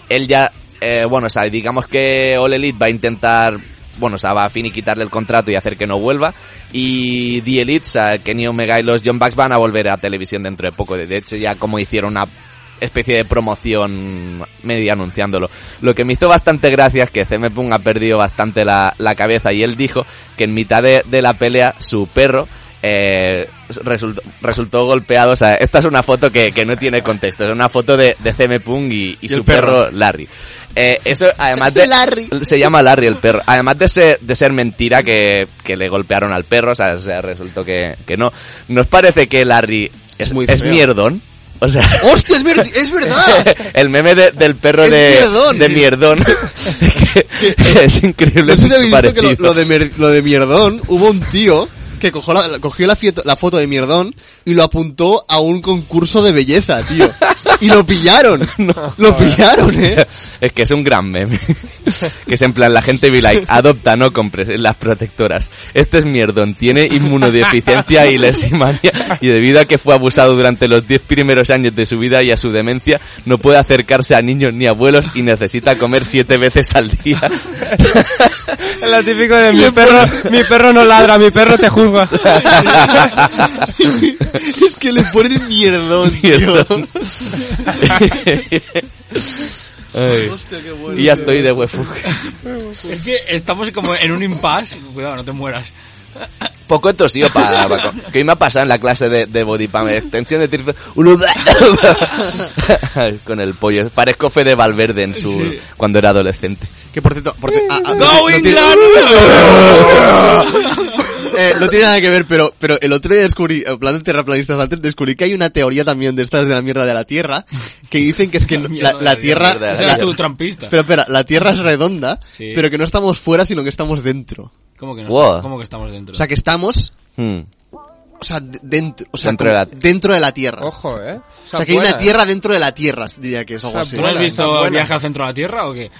Él ya, eh, bueno, o sea, digamos que All Elite va a intentar, bueno, o sea, va a finiquitarle el contrato y hacer que no vuelva. Y The Elite, o sea, Kenny Omega y los John Bucks van a volver a televisión dentro de poco. De hecho, ya como hicieron una especie de promoción media anunciándolo. Lo que me hizo bastante gracia es que CM Punk ha perdido bastante la, la cabeza y él dijo que en mitad de, de la pelea su perro eh, resultó, resultó golpeado. O sea, esta es una foto que, que no tiene contexto, es una foto de, de CM Punk y, y el su perro, Larry. Eh, eso, además de... Larry. Se llama Larry el perro. Además de ser, de ser mentira que, que le golpearon al perro, o sea, o sea, resultó que, que no. ¿Nos parece que Larry es, muy es feo. mierdón? O sea... ¡Hostia, es, ver- es verdad! el meme de- del perro ¡Oh, Es de mierdón. de mierdón. Que- es increíble. No sé si habéis visto que parecido. lo, lo de mer- lo de Mierdón, hubo un tío que cogió, la, cogió la, fieto- la foto de Mierdón y lo apuntó a un concurso de belleza, tío. Y lo pillaron. lo pillaron, eh. Es que es un gran meme. que es en plan, la gente be like, adopta, no compres eh, las protectoras. Este es mierdón, tiene inmunodeficiencia y leucemia y debido a que fue abusado durante los 10 primeros años de su vida y a su demencia, no puede acercarse a niños ni abuelos y necesita comer siete veces al día. Es lo típico de mi perro, mi perro no ladra, mi perro te juzga. es que le ponen Mierdón, tío. Mierdón. Ay. Hostia, qué bueno. Y ya tío. estoy de huevo. Es que estamos como en un impasse. Cuidado, no te mueras. Poco he tosido para... que hoy me ha pasado en la clase de, de body pump, extensión de tríceps. Con el pollo. Parezco Fede Valverde en su... Cuando era adolescente. Que por cierto, por cierto, ah, ah, no, ¡Go no tiene- Eh, no tiene nada que ver, pero, pero el otro día descubrí, hablando de terraplanistas antes, descubrí que hay una teoría también de estas de la mierda de la Tierra, que dicen que es que no- la, la Tierra... mierda de la Ese la- eres tu trampista. pero espera, la Tierra es redonda, Sí. pero que no estamos fuera, sino que estamos dentro. ¿Cómo que, no Wow. estamos- cómo que estamos dentro? O sea, que estamos, Hmm. o sea, de- dentro, o sea, Dentro de como la- dentro de la Tierra. Ojo, eh. O sea, que hay una eh. Tierra dentro de la Tierra, diría que es algo O sea, así. ¿Tú no has buena, está visto el buena. viaje al centro de la Tierra o qué?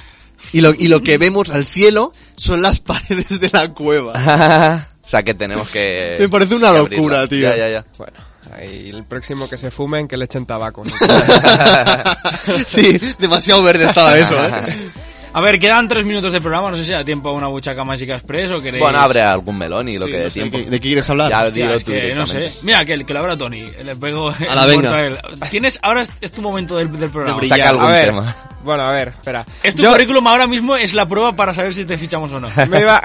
Y lo, y lo que vemos al cielo son las paredes de la cueva. o sea que tenemos que... Me parece una que locura, abrirla. tío. Ya, ya, ya. Bueno, ahí el próximo que se fumen que le echen tabaco. ¿no? sí, demasiado verde estaba eso, ¿eh? A ver, quedan tres minutos de programa. No sé si da tiempo a una buchaca mágica express o queréis... Bueno, abre algún melón y lo Sí, que dé no sé, tiempo. ¿de qué- ¿De qué quieres hablar? Ya, Pues, Hostia, dilo es tú que no directamente. sé. Mira, que, el- que lo abra Tony. Le pego... el la venga. muerto a él. Tienes... Ahora es, es tu momento del, del programa. De brillar. Saca algún A ver, tema. bueno, a ver, espera. Es tu Yo- currículum ahora mismo, es la prueba para saber si te fichamos o no. me iba,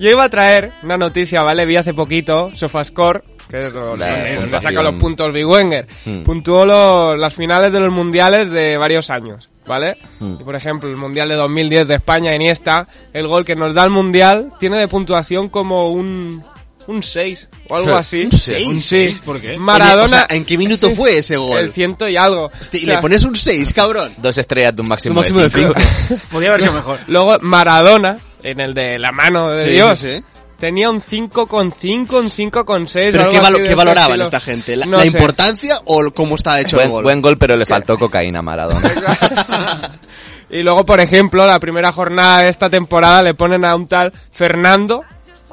yo iba a traer una noticia, ¿vale? Vi hace poquito, Sofascore, que es lo- La donde puntuación. saca los puntos Big Wenger. Hmm. Puntuó lo- las finales de los mundiales de varios años, ¿vale? Hmm. Y por ejemplo, el mundial de 2010 de España, Iniesta, el gol que nos da el mundial tiene de puntuación como un, un 6 o algo así. ¿Un seis? Un seis? ¿Por qué? Maradona. O sea, ¿en qué minuto fue ese gol? El ciento y algo. Hosty, y O sea, le pones un 6, cabrón. Dos estrellas de un máximo, Un máximo de 5. Podría haber sido mejor. Luego Maradona, en el de la mano de Sí, Dios, sí, sí. tenía un 5,5, un 5,6. ¿Pero algo qué, así valo- de qué ese valoraban estilo. esta gente? ¿La, No la sé. importancia o el- cómo está hecho el Buen, gol? buen gol, pero le faltó cocaína a Maradona. Y luego, por ejemplo, la primera jornada de esta temporada le ponen a un tal Fernando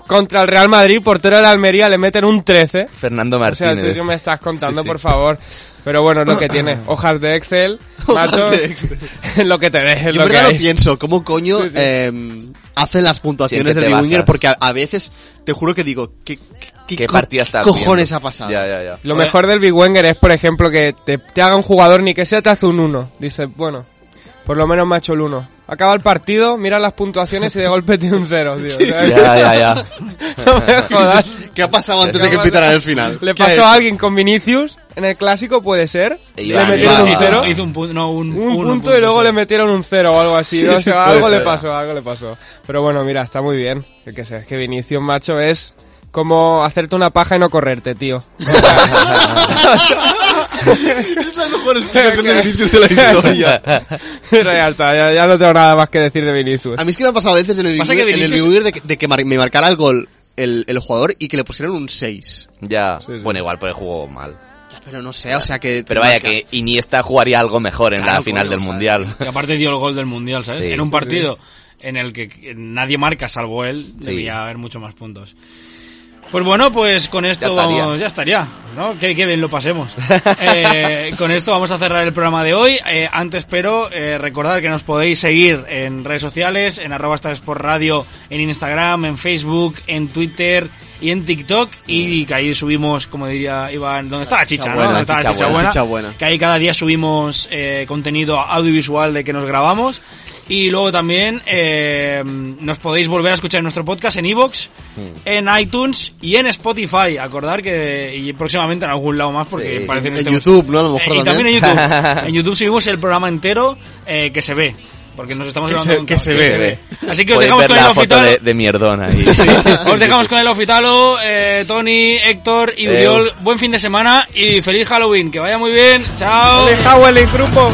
contra el Real Madrid, portero de la Almería, le meten un 13. Fernando O sea, tú Martínez. que me estás contando, Sí, sí. por favor. Pero bueno, es lo que tiene. Hojas de Excel, Hojas macho, de Excel. es lo que te deje, es Yo lo en que verdad lo hay. pienso, ¿cómo coño eh, hacen las puntuaciones Sí, ¿en qué del te Big Winger? basas? Porque a, a veces, te juro que digo, ¿qué, qué, ¿Qué co- partida está cojones ha pasado? Ya, ya, ya. Eh, Lo mejor del Big Wenger es, por ejemplo, que te, te haga un jugador ni que sea te hace un 1. Dices, bueno, por lo menos me ha hecho el 1. Acaba el partido, mira las puntuaciones y de golpe tiene un 0, tío. O sea, Ya, ya, ya. No me jodas. ¿Qué ha pasado antes de que pitaran el final? Le ¿Qué ha pasó hecho? a alguien con Vinicius en el clásico, puede ser. E le Iván, metieron Iván. un cero. Hizo un punto, no, un, Un, uno, punto, y luego sí. le metieron un cero o algo así. Sí, ¿no? O sí, sea, puede algo le ser. pasó, algo le pasó. Pero bueno, mira, está muy bien. Yo qué sé, es que Vinicius, macho, es como hacerte una paja y no correrte, tío. Es la mejor explicación de Vinicius de la historia. Pero ya está, ya, ya no tengo nada más que decir de Vinicius. A mí es que me ha pasado a veces en el Big Pasa que Winger, en el Vinicius- Big Winger de, que- de que mar- me marcara el gol el, el jugador y que le pusieran un 6. Ya. sí. Bueno, igual, pues jugó mal. Ya, pero no sé, o sea que... Pero vaya que Iniesta jugaría algo mejor en la Claro, final coño, del o sea, Mundial. Y aparte dio el gol del mundial, ¿sabes? Sí. en un partido en el que nadie marca salvo él, Sí. debía haber muchos más puntos. Pues bueno, pues con esto Ya estaría. vamos, ya estaría. ¿no? Qué, qué bien lo pasemos. Eh, con esto vamos a cerrar el programa de hoy. Eh, antes, pero eh, recordar que nos podéis seguir en redes sociales, en arroba Star Sport radio, en Instagram, en Facebook, en Twitter y en TikTok. Y que ahí subimos, como diría Iván, ¿dónde está la chicha? buena, ¿no? ¿Dónde la está chicha buena, chicha buena. que ahí cada día subimos eh, contenido audiovisual de que nos grabamos. Y luego también eh, nos podéis volver a escuchar en nuestro podcast en Evox, Hmm. en iTunes y en Spotify. Acordar que y próximamente en algún lado más porque Sí. parece que En, no en estemos- YouTube, ¿no? A lo Eh, mejor y también en YouTube. En YouTube subimos el programa entero eh, que se ve. Porque nos estamos Que grabando se- con que cámara. se ve. Así que os Podéis dejamos ver con el la foto hospital. de, de mierdona ahí. Os dejamos con el ofitalo, eh, Tony, Héctor Eh, y Adeu. Uriol. Buen fin de semana y feliz Halloween. Que vaya muy bien. Chao. Howell en grupo.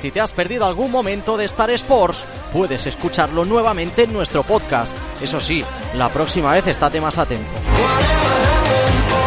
Si te has perdido algún momento de Star Sports, puedes escucharlo nuevamente en nuestro podcast. Eso sí, la próxima vez estate más atento. Whatever.